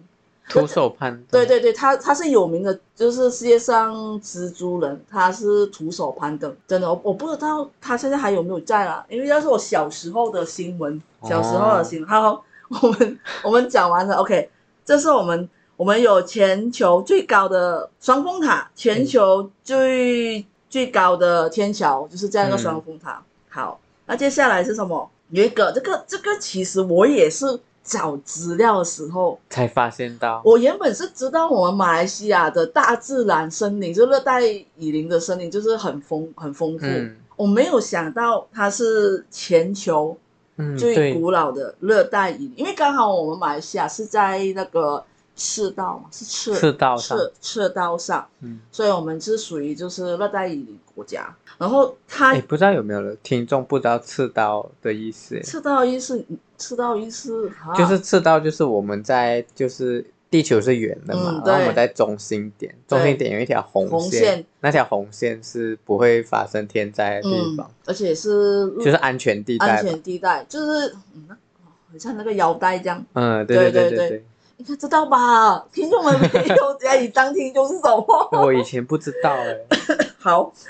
[SPEAKER 1] 徒手攀，
[SPEAKER 2] 对，对对，他他是有名的，就是世界上蜘蛛人，他是徒手攀登，真的，我我不知道他现在还有没有在啦，因为那是我小时候的新闻，
[SPEAKER 1] 哦
[SPEAKER 2] 小时候的新闻。好，我们我们讲完了，OK，这是我们我们有全球最高的双峰塔，
[SPEAKER 1] 嗯
[SPEAKER 2] 全球最、最高的天桥，就是这样一个
[SPEAKER 1] 嗯
[SPEAKER 2] 双峰塔。好，那接下来是什么？有一个这个这个其实我也是找资料的时候
[SPEAKER 1] 才发现到，
[SPEAKER 2] 我原本是知道我们马来西亚的大自然森林，就热带雨林的森林，就是很丰很丰富。
[SPEAKER 1] 嗯
[SPEAKER 2] 我没有想到它是全球
[SPEAKER 1] 嗯，
[SPEAKER 2] 最
[SPEAKER 1] 对，
[SPEAKER 2] 古老的热带雨林，因为刚好我们马来西亚是在那个赤道嘛，是赤
[SPEAKER 1] 赤道上
[SPEAKER 2] 赤赤道上，
[SPEAKER 1] 嗯，
[SPEAKER 2] 所以我们是属于就是热带雨林国家。然后它
[SPEAKER 1] 哎，不知道有没有人听众不知道刺刀的意思，
[SPEAKER 2] 赤道一是赤道一是、啊、
[SPEAKER 1] 就是赤道，就是我们在就是地球是圆的嘛，
[SPEAKER 2] 嗯
[SPEAKER 1] 然后我
[SPEAKER 2] 对
[SPEAKER 1] 们在中心点，中心点有一条红
[SPEAKER 2] 红线
[SPEAKER 1] 那条红线是不会发生天灾的地
[SPEAKER 2] 嗯
[SPEAKER 1] 方，，
[SPEAKER 2] 而且是
[SPEAKER 1] 就是安全地
[SPEAKER 2] 安
[SPEAKER 1] 带
[SPEAKER 2] 全
[SPEAKER 1] 吧。
[SPEAKER 2] 地带，就是嗯，那很像那个腰带这样，
[SPEAKER 1] 嗯，对
[SPEAKER 2] 对
[SPEAKER 1] 对
[SPEAKER 2] 对
[SPEAKER 1] 对
[SPEAKER 2] 对应该知道吧？听众们没有把你当听众是什么？
[SPEAKER 1] 对，我以前不知道哎，
[SPEAKER 2] 好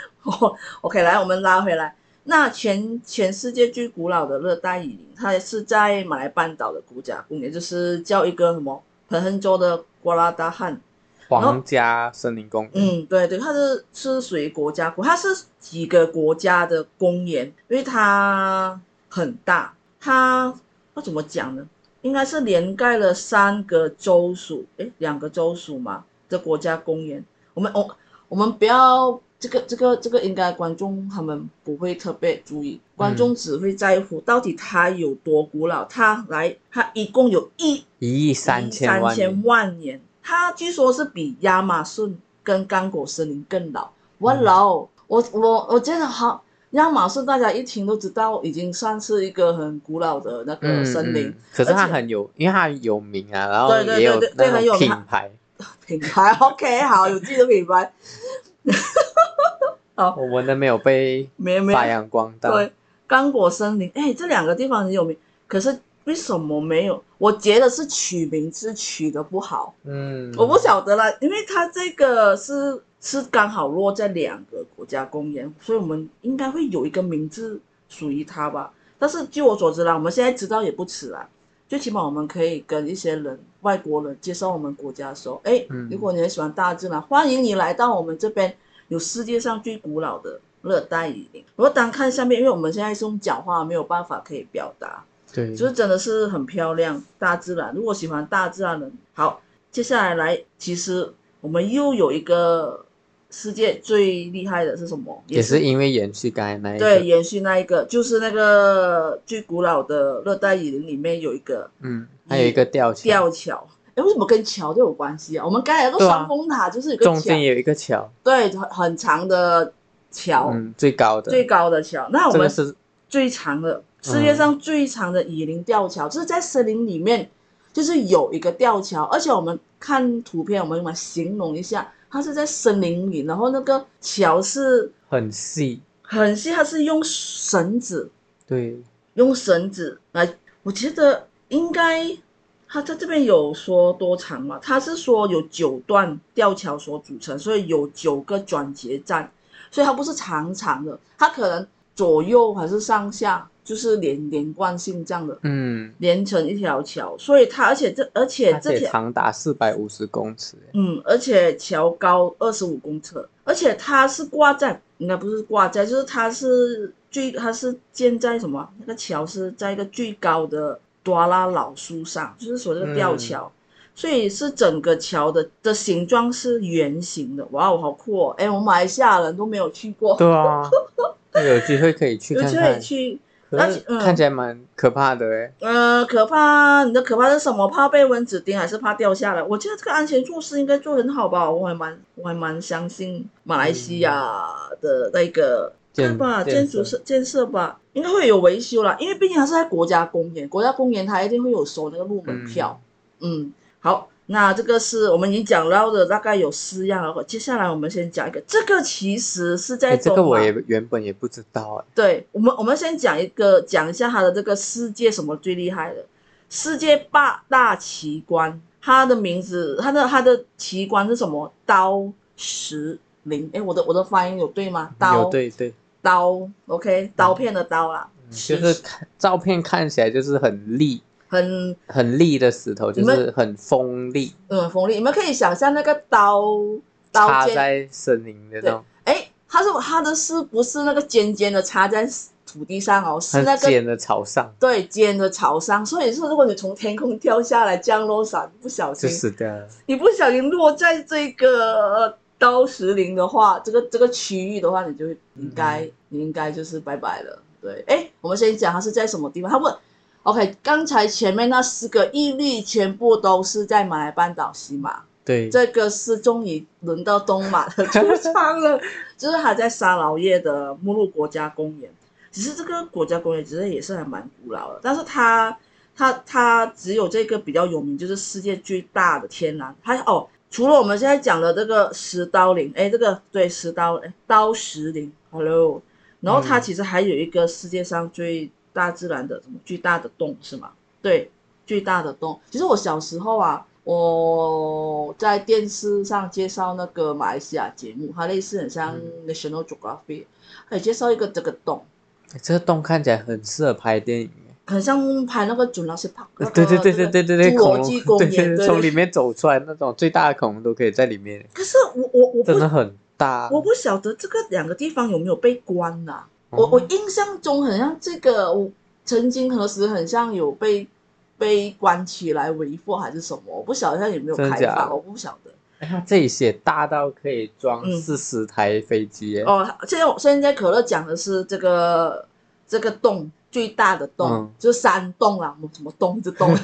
[SPEAKER 2] ，OK，来，我们拉回来。那全全世界最古老的热带雨林，它也是在马来半岛的古贾公也就是叫一个什么彭亨州的瓜拉达汉。
[SPEAKER 1] 皇家森林公园，
[SPEAKER 2] 嗯，对对，它是是属于国家公，它是几个国家的公园，因为它很大，它那怎么讲呢？应该是连盖了三个州属，诶，两个州属嘛的国家公园。我们我我们不要这个这个这个，应该观众他们不会特别注意，观众只会在乎到底它有多古老。它来，它一共有一
[SPEAKER 1] 一亿三千万年，
[SPEAKER 2] 三千万年，它据说是比亚马逊跟刚果森林更老。我
[SPEAKER 1] 嗯
[SPEAKER 2] 老，我我我觉得好，亚马逊大家一听都知道，已经算是一个很古老的那个
[SPEAKER 1] 嗯，
[SPEAKER 2] 呃森林
[SPEAKER 1] 嗯可是
[SPEAKER 2] 而
[SPEAKER 1] 它
[SPEAKER 2] 且
[SPEAKER 1] 很有，因为它有名啊，然后
[SPEAKER 2] 对对
[SPEAKER 1] 也有
[SPEAKER 2] 对对对
[SPEAKER 1] 那
[SPEAKER 2] 很
[SPEAKER 1] 种
[SPEAKER 2] 有
[SPEAKER 1] 品
[SPEAKER 2] 名
[SPEAKER 1] 牌，
[SPEAKER 2] 品牌。OK，好，
[SPEAKER 1] 嗯
[SPEAKER 2] 有自己的品牌，
[SPEAKER 1] 我们的没有被
[SPEAKER 2] 没没有
[SPEAKER 1] 发扬光大，
[SPEAKER 2] 对，刚果森林，哎，这两个地方很有名，可是为什么没有？我觉得是取名字取的不好。
[SPEAKER 1] 嗯，
[SPEAKER 2] 我不晓得啦，因为它这个是是刚好落在两个国家公园，所以我们应该会有一个名字属于它吧。但是据我所知啦，我们现在知道也不迟啦。最起码我们可以跟一些人、外国人介绍我们国家的时候，哎
[SPEAKER 1] 嗯，
[SPEAKER 2] 如果你很喜欢大自然，欢迎你来到我们这边，有世界上最古老的热带雨林。我单看下面，因为我们现在是用讲话，没有办法可以表达。
[SPEAKER 1] 对，
[SPEAKER 2] 就是真的是很漂亮，大自然。如果喜欢大自然的，好，接下来来，其实我们又有一个世界最厉害的是什么？
[SPEAKER 1] 也是因为延续刚才那一
[SPEAKER 2] 对
[SPEAKER 1] 个，
[SPEAKER 2] 延续那一个，就是那个最古老的热带雨林里面有一个
[SPEAKER 1] 嗯，还有一个吊桥，
[SPEAKER 2] 吊桥。哎，为什么跟桥就有关系啊？我们刚才那个
[SPEAKER 1] 对啊
[SPEAKER 2] 双峰塔就是有个
[SPEAKER 1] 中
[SPEAKER 2] 桥
[SPEAKER 1] 间，有一个桥，
[SPEAKER 2] 对，很很长的桥，
[SPEAKER 1] 嗯，最高的，
[SPEAKER 2] 哦最高的桥。那我
[SPEAKER 1] 这
[SPEAKER 2] 们
[SPEAKER 1] 个是
[SPEAKER 2] 最长的，世界上最长的雨林吊桥，就是在森林里面，就是有一个吊桥，而且我们看图片，我们来形容一下，它是在森林里，然后那个桥是
[SPEAKER 1] 很细，
[SPEAKER 2] 很细，它是用绳子，
[SPEAKER 1] 对，
[SPEAKER 2] 用绳子来，我觉得应该。它在这边有说多长嘛？它是说有九段吊桥所组成，所以有九个转接站，所以它不是长长的，它可能左右还是上下，就是连连贯性这样的。
[SPEAKER 1] 嗯，
[SPEAKER 2] 连成一条桥，所以它而且这而且
[SPEAKER 1] 而
[SPEAKER 2] 这
[SPEAKER 1] 且
[SPEAKER 2] 条
[SPEAKER 1] 长达四百五十公尺，欸
[SPEAKER 2] 嗯，而且桥高二十五公尺，而且它是挂在应该不是挂在，就是它是最它是建在什么？那个桥是在一个最高的多拉老树上，就是说这个吊桥。
[SPEAKER 1] 嗯
[SPEAKER 2] 所以是整个桥的的形状是圆形的，哇，哦，好酷哦！哎，我们马来西亚人都没有去过，
[SPEAKER 1] 对啊，有机会可以去
[SPEAKER 2] 有
[SPEAKER 1] 看
[SPEAKER 2] 机会
[SPEAKER 1] 看，
[SPEAKER 2] 去。
[SPEAKER 1] 可是
[SPEAKER 2] 那嗯
[SPEAKER 1] 看起来蛮可怕的哎。
[SPEAKER 2] 呃，可怕，你的可怕是什么？怕被蚊子叮，还是怕掉下来？我觉得这个安全措施应该做得很好吧，我还蛮我还蛮相信马来西亚的那
[SPEAKER 1] 嗯
[SPEAKER 2] 个、
[SPEAKER 1] 建
[SPEAKER 2] 看吧，
[SPEAKER 1] 建
[SPEAKER 2] 建
[SPEAKER 1] 设
[SPEAKER 2] 筑设建设吧，应该会有维修啦，因为毕竟它是在国家公园，国家公园它一定会有收那个入门票。嗯好，那这个是我们已经讲到的，大概有四样了。接下来我们先讲一个，这个其实是在
[SPEAKER 1] 哎，这
[SPEAKER 2] 中
[SPEAKER 1] 个
[SPEAKER 2] 马
[SPEAKER 1] 我也原本也不知道哎。
[SPEAKER 2] 对我们，我们先讲一个，讲一下它的这个世界什么最厉害的，世界八大奇观，它的名字，它的它的奇观是什么？刀石林，哎，我的我的发音有对吗？刀
[SPEAKER 1] 嗯有对对，
[SPEAKER 2] 刀，OK，刀片的刀啊啦，
[SPEAKER 1] 嗯
[SPEAKER 2] 石
[SPEAKER 1] 就是看照片看起来就是很利
[SPEAKER 2] 很
[SPEAKER 1] 很利的石头，就
[SPEAKER 2] 你们
[SPEAKER 1] 是很锋利，
[SPEAKER 2] 嗯锋利，你们可以想象那个刀刀
[SPEAKER 1] 插
[SPEAKER 2] 尖，
[SPEAKER 1] 在森林的那种
[SPEAKER 2] 哎，它是它的是不是那个尖尖的插在土地上哦？是
[SPEAKER 1] 很
[SPEAKER 2] 那个
[SPEAKER 1] 尖的草上。
[SPEAKER 2] 对，尖的朝上，所以说如果你从天空掉下来降落伞，不小心、
[SPEAKER 1] 就是的，
[SPEAKER 2] 你不小心落在这个呃刀石林的话，这个这个区域的话，你就会应该、
[SPEAKER 1] 嗯
[SPEAKER 2] 你应该就是拜拜了。对，哎，我们先讲它是在什么地方。他问，OK，刚才前面那四个毅力全部都是在马来半岛西马，
[SPEAKER 1] 对，
[SPEAKER 2] 这个是终于轮到东马的出场了，就是还在沙劳越的目录国家公园。只是这个国家公园其实也是还蛮古老的，但是它它它只有这个比较有名，就是世界最大的天然。它哦，除了我们现在讲的这个石刀林，哎，这个对石刀诶刀石林，hello。然后它
[SPEAKER 1] 嗯
[SPEAKER 2] 其实还有一个世界上最大自然的什么最大的洞是吗？对，最大的洞。其实我小时候啊，我在电视上介绍那个马来西亚节目，它类似很像
[SPEAKER 1] 嗯
[SPEAKER 2] National Geography，还有介绍一个这个洞，
[SPEAKER 1] 这个洞看起来很适合拍电 影耶。
[SPEAKER 2] 很像拍那个 Jurassic Park，那个
[SPEAKER 1] 对对对对对对对，
[SPEAKER 2] 侏
[SPEAKER 1] 恐
[SPEAKER 2] 罗纪
[SPEAKER 1] 龙，
[SPEAKER 2] 公
[SPEAKER 1] 对
[SPEAKER 2] 园，
[SPEAKER 1] 对
[SPEAKER 2] 对
[SPEAKER 1] 对，从里。面走出来那种最大的恐龙都可以在里面，
[SPEAKER 2] 可是我我我不
[SPEAKER 1] 真的很大。
[SPEAKER 2] 我不晓得这个两个地方有没有被关呐、
[SPEAKER 1] 哦
[SPEAKER 2] 我我印象中好像这个，我曾经何时很像有被被关起来维护还是什么，我不晓得它有没有
[SPEAKER 1] 真的
[SPEAKER 2] 开
[SPEAKER 1] 假
[SPEAKER 2] 放，
[SPEAKER 1] 的
[SPEAKER 2] 我不晓得。
[SPEAKER 1] 哎它这里写大到可以装
[SPEAKER 2] 嗯
[SPEAKER 1] 四十台飞机耶。
[SPEAKER 2] 哦，现在我现在可乐讲的是这个这个洞最大的洞，
[SPEAKER 1] 嗯
[SPEAKER 2] 就是山洞啦，我们什么洞 这洞，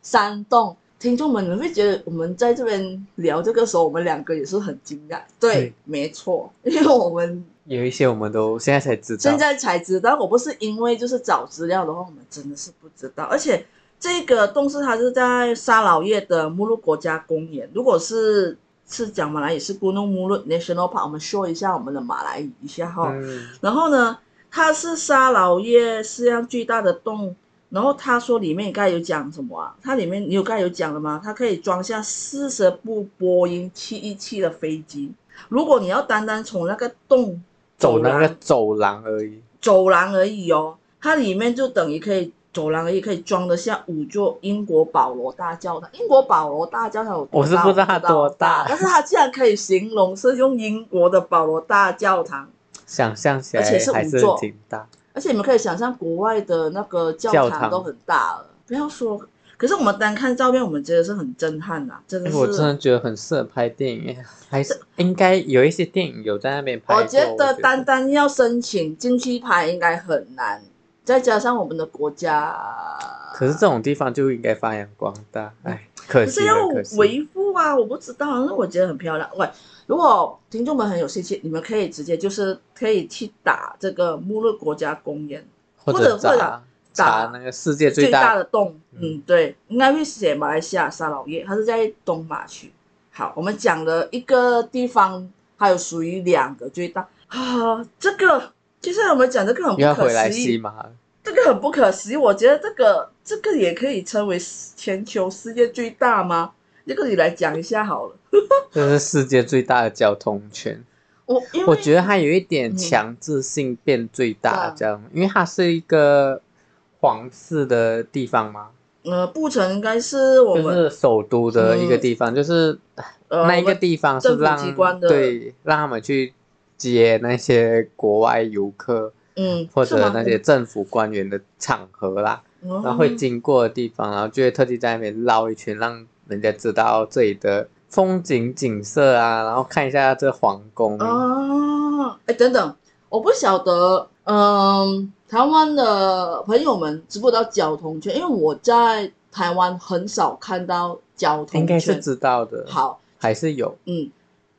[SPEAKER 2] 山洞。听众们，你会觉得我们在这边聊这个时候，我们两个也是很惊讶，对，
[SPEAKER 1] 对
[SPEAKER 2] 没错，因为我们
[SPEAKER 1] 有一些我们都现在才知道
[SPEAKER 2] 现，在才知道，我不是因为就是找资料的话，我们真的是不知道。而且这个洞是它是在沙劳越的目录国家公园，如果是是讲马来语是 Gunung Mulut National Park，我们说一下我们的马来语一下哈。
[SPEAKER 1] 嗯，
[SPEAKER 2] 然后呢，它是沙劳越世界上最大的洞。然后他说里面你刚才有讲什么啊？它里面你有刚才有讲了吗？它可以装下四十部波音七一七的飞机。如果你要单单从那个洞
[SPEAKER 1] 走
[SPEAKER 2] 廊
[SPEAKER 1] 那个走廊而已，
[SPEAKER 2] 走廊而已哦，它里面就等于可以走廊而已，可以装得下五座英国保罗大教堂。英国保罗大教堂有多
[SPEAKER 1] 我是不知道它多
[SPEAKER 2] 大
[SPEAKER 1] 大，
[SPEAKER 2] 但是它竟然可以形容是用英国的保罗大教堂，
[SPEAKER 1] 想象起
[SPEAKER 2] 而
[SPEAKER 1] 来
[SPEAKER 2] 且是
[SPEAKER 1] 还
[SPEAKER 2] 五
[SPEAKER 1] 是
[SPEAKER 2] 座
[SPEAKER 1] 挺大。
[SPEAKER 2] 而且你们可以想象国外的那个教
[SPEAKER 1] 教
[SPEAKER 2] 堂
[SPEAKER 1] 堂
[SPEAKER 2] 都很大了，不要说。可是我们单看照片，我们觉得是很震撼呐、真的
[SPEAKER 1] 哎，
[SPEAKER 2] 是。
[SPEAKER 1] 我真的觉得很适合拍电影耶，还是应该有一些电影有在那边拍过。
[SPEAKER 2] 我觉得单
[SPEAKER 1] 单
[SPEAKER 2] 单要申请进去拍应该很难，再加上我们的国家，啊
[SPEAKER 1] 可是这种地方就应该发扬光大，哎，可
[SPEAKER 2] 可
[SPEAKER 1] 惜
[SPEAKER 2] 是要
[SPEAKER 1] 了，可惜。
[SPEAKER 2] 维护啊，我不知道，但是我觉得很漂亮。喂，如果听众们很有兴趣，你们可以直接就是可以去打这个穆勒国家公园
[SPEAKER 1] 或
[SPEAKER 2] 或者或者
[SPEAKER 1] 砸
[SPEAKER 2] 砸
[SPEAKER 1] 砸那个世界
[SPEAKER 2] 最
[SPEAKER 1] 大
[SPEAKER 2] 大的洞，
[SPEAKER 1] 嗯
[SPEAKER 2] 嗯，对，应该会写马来西亚沙劳越，它是在东马区。好，我们讲了一个地方，还有属于两个最大啊，这个接下来我们讲这个很
[SPEAKER 1] 又要
[SPEAKER 2] 不可
[SPEAKER 1] 回来
[SPEAKER 2] 思
[SPEAKER 1] 西
[SPEAKER 2] 议，
[SPEAKER 1] 马了，
[SPEAKER 2] 这个很不可思议，我觉得这个这个也可以称为全球世界最大吗？这个你来讲一下好了。
[SPEAKER 1] 这是世界最大的交通圈。
[SPEAKER 2] 我因为
[SPEAKER 1] 我觉得它有一点
[SPEAKER 2] 嗯
[SPEAKER 1] 强制性变最大
[SPEAKER 2] 对啊
[SPEAKER 1] 这样，因为它是一个皇室的地方嘛，
[SPEAKER 2] 呃，布城应该是我
[SPEAKER 1] 就
[SPEAKER 2] 们、嗯
[SPEAKER 1] 是首都的一个地方，就是
[SPEAKER 2] 呃
[SPEAKER 1] 那一个
[SPEAKER 2] 我们
[SPEAKER 1] 地方是让
[SPEAKER 2] 政府机关的
[SPEAKER 1] 对让他们去接那些国外游客
[SPEAKER 2] 嗯
[SPEAKER 1] 或
[SPEAKER 2] 是
[SPEAKER 1] 者
[SPEAKER 2] 吗
[SPEAKER 1] 那些政府官员的场合啦。
[SPEAKER 2] 嗯
[SPEAKER 1] 然后会经过的地方，然后就会特地在那边绕一圈，让人家知道这里的风景景色啊，然后看一下这皇宫。
[SPEAKER 2] 哦哦，哎等等，我不晓得嗯，台湾的朋友们知不知道交通圈？因为我在台湾很少看到交
[SPEAKER 1] 应
[SPEAKER 2] 通
[SPEAKER 1] 该是
[SPEAKER 2] 圈。
[SPEAKER 1] 知道的，
[SPEAKER 2] 好，
[SPEAKER 1] 还是有，
[SPEAKER 2] 嗯，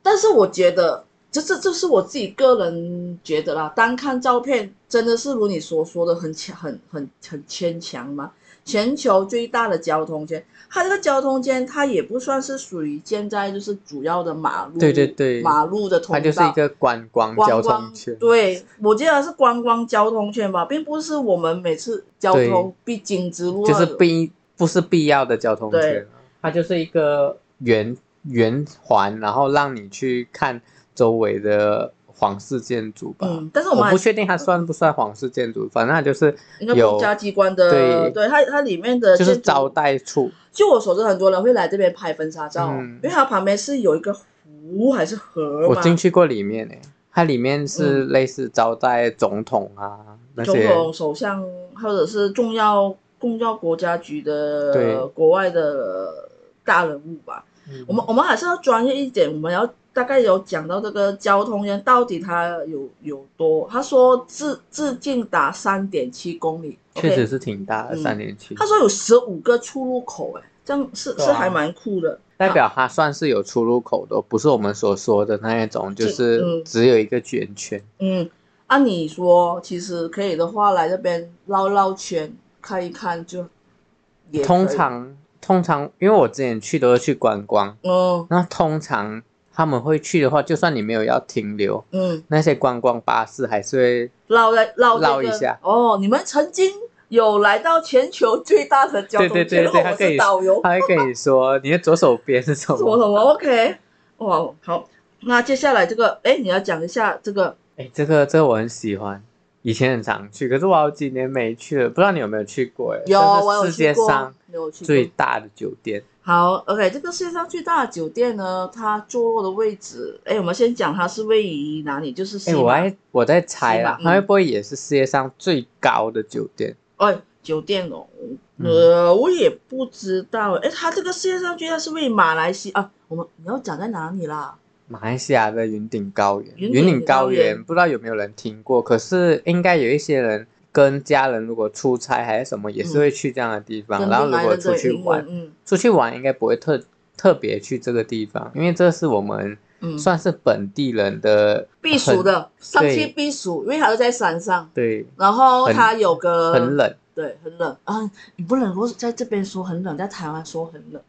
[SPEAKER 2] 但是我觉得，这这这是我自己个人觉得啦。单看照片，真的是如你所说的很强、很很很牵强吗？全球最大的交通圈，它这个交通圈，它也不算是属于现在就是主要的马路，
[SPEAKER 1] 对对对
[SPEAKER 2] 马路的通
[SPEAKER 1] 它
[SPEAKER 2] 道，
[SPEAKER 1] 就是一个观光
[SPEAKER 2] 观
[SPEAKER 1] 交
[SPEAKER 2] 光
[SPEAKER 1] 通圈，
[SPEAKER 2] 对，我记得是观光交通圈吧，并不是我们每次交
[SPEAKER 1] 对
[SPEAKER 2] 通必经之路，
[SPEAKER 1] 就是必不是必要的交通
[SPEAKER 2] 对
[SPEAKER 1] 圈，啊它就是一个圆圆环，然后让你去看周围的皇室建筑吧。
[SPEAKER 2] 嗯，但是我们
[SPEAKER 1] 我
[SPEAKER 2] 还
[SPEAKER 1] 不
[SPEAKER 2] 是
[SPEAKER 1] 确定它算不算皇室建筑，反正它就是
[SPEAKER 2] 应该
[SPEAKER 1] 有
[SPEAKER 2] 国家机关的，
[SPEAKER 1] 对
[SPEAKER 2] 呃它它里面的
[SPEAKER 1] 就是
[SPEAKER 2] 建筑
[SPEAKER 1] 招待处，
[SPEAKER 2] 就我所知，很多人会来这边拍婚纱照，
[SPEAKER 1] 嗯
[SPEAKER 2] 因为它旁边是有一个湖还是河
[SPEAKER 1] 我
[SPEAKER 2] 嘛，
[SPEAKER 1] 进去过里面诶、它里面是类似招待总统啊、那
[SPEAKER 2] 嗯总
[SPEAKER 1] 些，
[SPEAKER 2] 统、首相或者是重要重要国家局的
[SPEAKER 1] 对
[SPEAKER 2] 国外的大人物吧。
[SPEAKER 1] 嗯
[SPEAKER 2] 我们我们还是要专业一点，我们要大概有讲到这个交通员到底它有有多，他说直直径达三点七公里
[SPEAKER 1] 确实
[SPEAKER 2] ，OK，
[SPEAKER 1] 是挺大的
[SPEAKER 2] 嗯
[SPEAKER 1] 三点七
[SPEAKER 2] 他，说有十五个出入口、哎，这样是、
[SPEAKER 1] 对啊
[SPEAKER 2] 是还蛮酷的。
[SPEAKER 1] 代表它算是有出入口的，不是我们所说的那一种，就
[SPEAKER 2] 这
[SPEAKER 1] 是
[SPEAKER 2] 嗯
[SPEAKER 1] 只有一个圆圈。
[SPEAKER 2] 嗯，按你说，其实可以的话，来这边绕绕圈看一看就也可以
[SPEAKER 1] 通，常通常，因为我之前去都是去观光，
[SPEAKER 2] 嗯
[SPEAKER 1] 那通常他们会去的话，就算你没有要停留，
[SPEAKER 2] 嗯，
[SPEAKER 1] 那些观光巴士还是会
[SPEAKER 2] 绕来绕这个
[SPEAKER 1] 绕一下。
[SPEAKER 2] 哦，你们曾经有来到全球最大的交通圈，
[SPEAKER 1] 对对对对它
[SPEAKER 2] 然后我
[SPEAKER 1] 可
[SPEAKER 2] 是
[SPEAKER 1] 以
[SPEAKER 2] 导游，
[SPEAKER 1] 他会跟你说你的左手边是什
[SPEAKER 2] 什么什
[SPEAKER 1] 么。
[SPEAKER 2] 么，OK，哇，好，那接下来这个，哎，你要讲一下这个，
[SPEAKER 1] 哎，这个这个我很喜欢，以前很常去，可是我好几年没去了，不知道你有没有去过？哎，
[SPEAKER 2] 有我
[SPEAKER 1] 这
[SPEAKER 2] 有
[SPEAKER 1] 是世
[SPEAKER 2] 去
[SPEAKER 1] 界
[SPEAKER 2] 过
[SPEAKER 1] 上，
[SPEAKER 2] 有去
[SPEAKER 1] 最
[SPEAKER 2] 过。
[SPEAKER 1] 大的酒店，
[SPEAKER 2] 好，OK，这个世界上最大的酒店呢，它坐落的位置，哎，我们先讲它是位于哪里，就是西
[SPEAKER 1] 哎，我
[SPEAKER 2] 马
[SPEAKER 1] 还我在猜啦，
[SPEAKER 2] 西马嗯
[SPEAKER 1] 它会不会也是世界上最高的酒店？
[SPEAKER 2] 哎，酒店哦，
[SPEAKER 1] 嗯
[SPEAKER 2] 呃，我也不知道，哎，它这个世界上居然是为马来西亚，啊我们你要讲在哪里啦？
[SPEAKER 1] 马来西亚的云顶高原，
[SPEAKER 2] 云顶
[SPEAKER 1] 云顶
[SPEAKER 2] 高
[SPEAKER 1] 高
[SPEAKER 2] 原
[SPEAKER 1] 原不知道有没有人听过，可是应该有一些人跟家人如果出差还是什么，也是会去这样的地方。
[SPEAKER 2] 跟
[SPEAKER 1] 然后
[SPEAKER 2] 东
[SPEAKER 1] 如
[SPEAKER 2] 南
[SPEAKER 1] 果
[SPEAKER 2] 人
[SPEAKER 1] 出
[SPEAKER 2] 的
[SPEAKER 1] 去
[SPEAKER 2] 英文
[SPEAKER 1] 玩，，
[SPEAKER 2] 嗯
[SPEAKER 1] 出去玩应该不会特特别去这个地方，因为这是我们
[SPEAKER 2] 嗯，
[SPEAKER 1] 算是本地人的
[SPEAKER 2] 避暑
[SPEAKER 1] 很
[SPEAKER 2] 的，上去
[SPEAKER 1] 对
[SPEAKER 2] 避暑，因为它是在山上，
[SPEAKER 1] 对，
[SPEAKER 2] 然后
[SPEAKER 1] 很
[SPEAKER 2] 它有个
[SPEAKER 1] 很，冷。
[SPEAKER 2] 对，很冷啊，你不能够在这边说很冷，在台湾说很冷，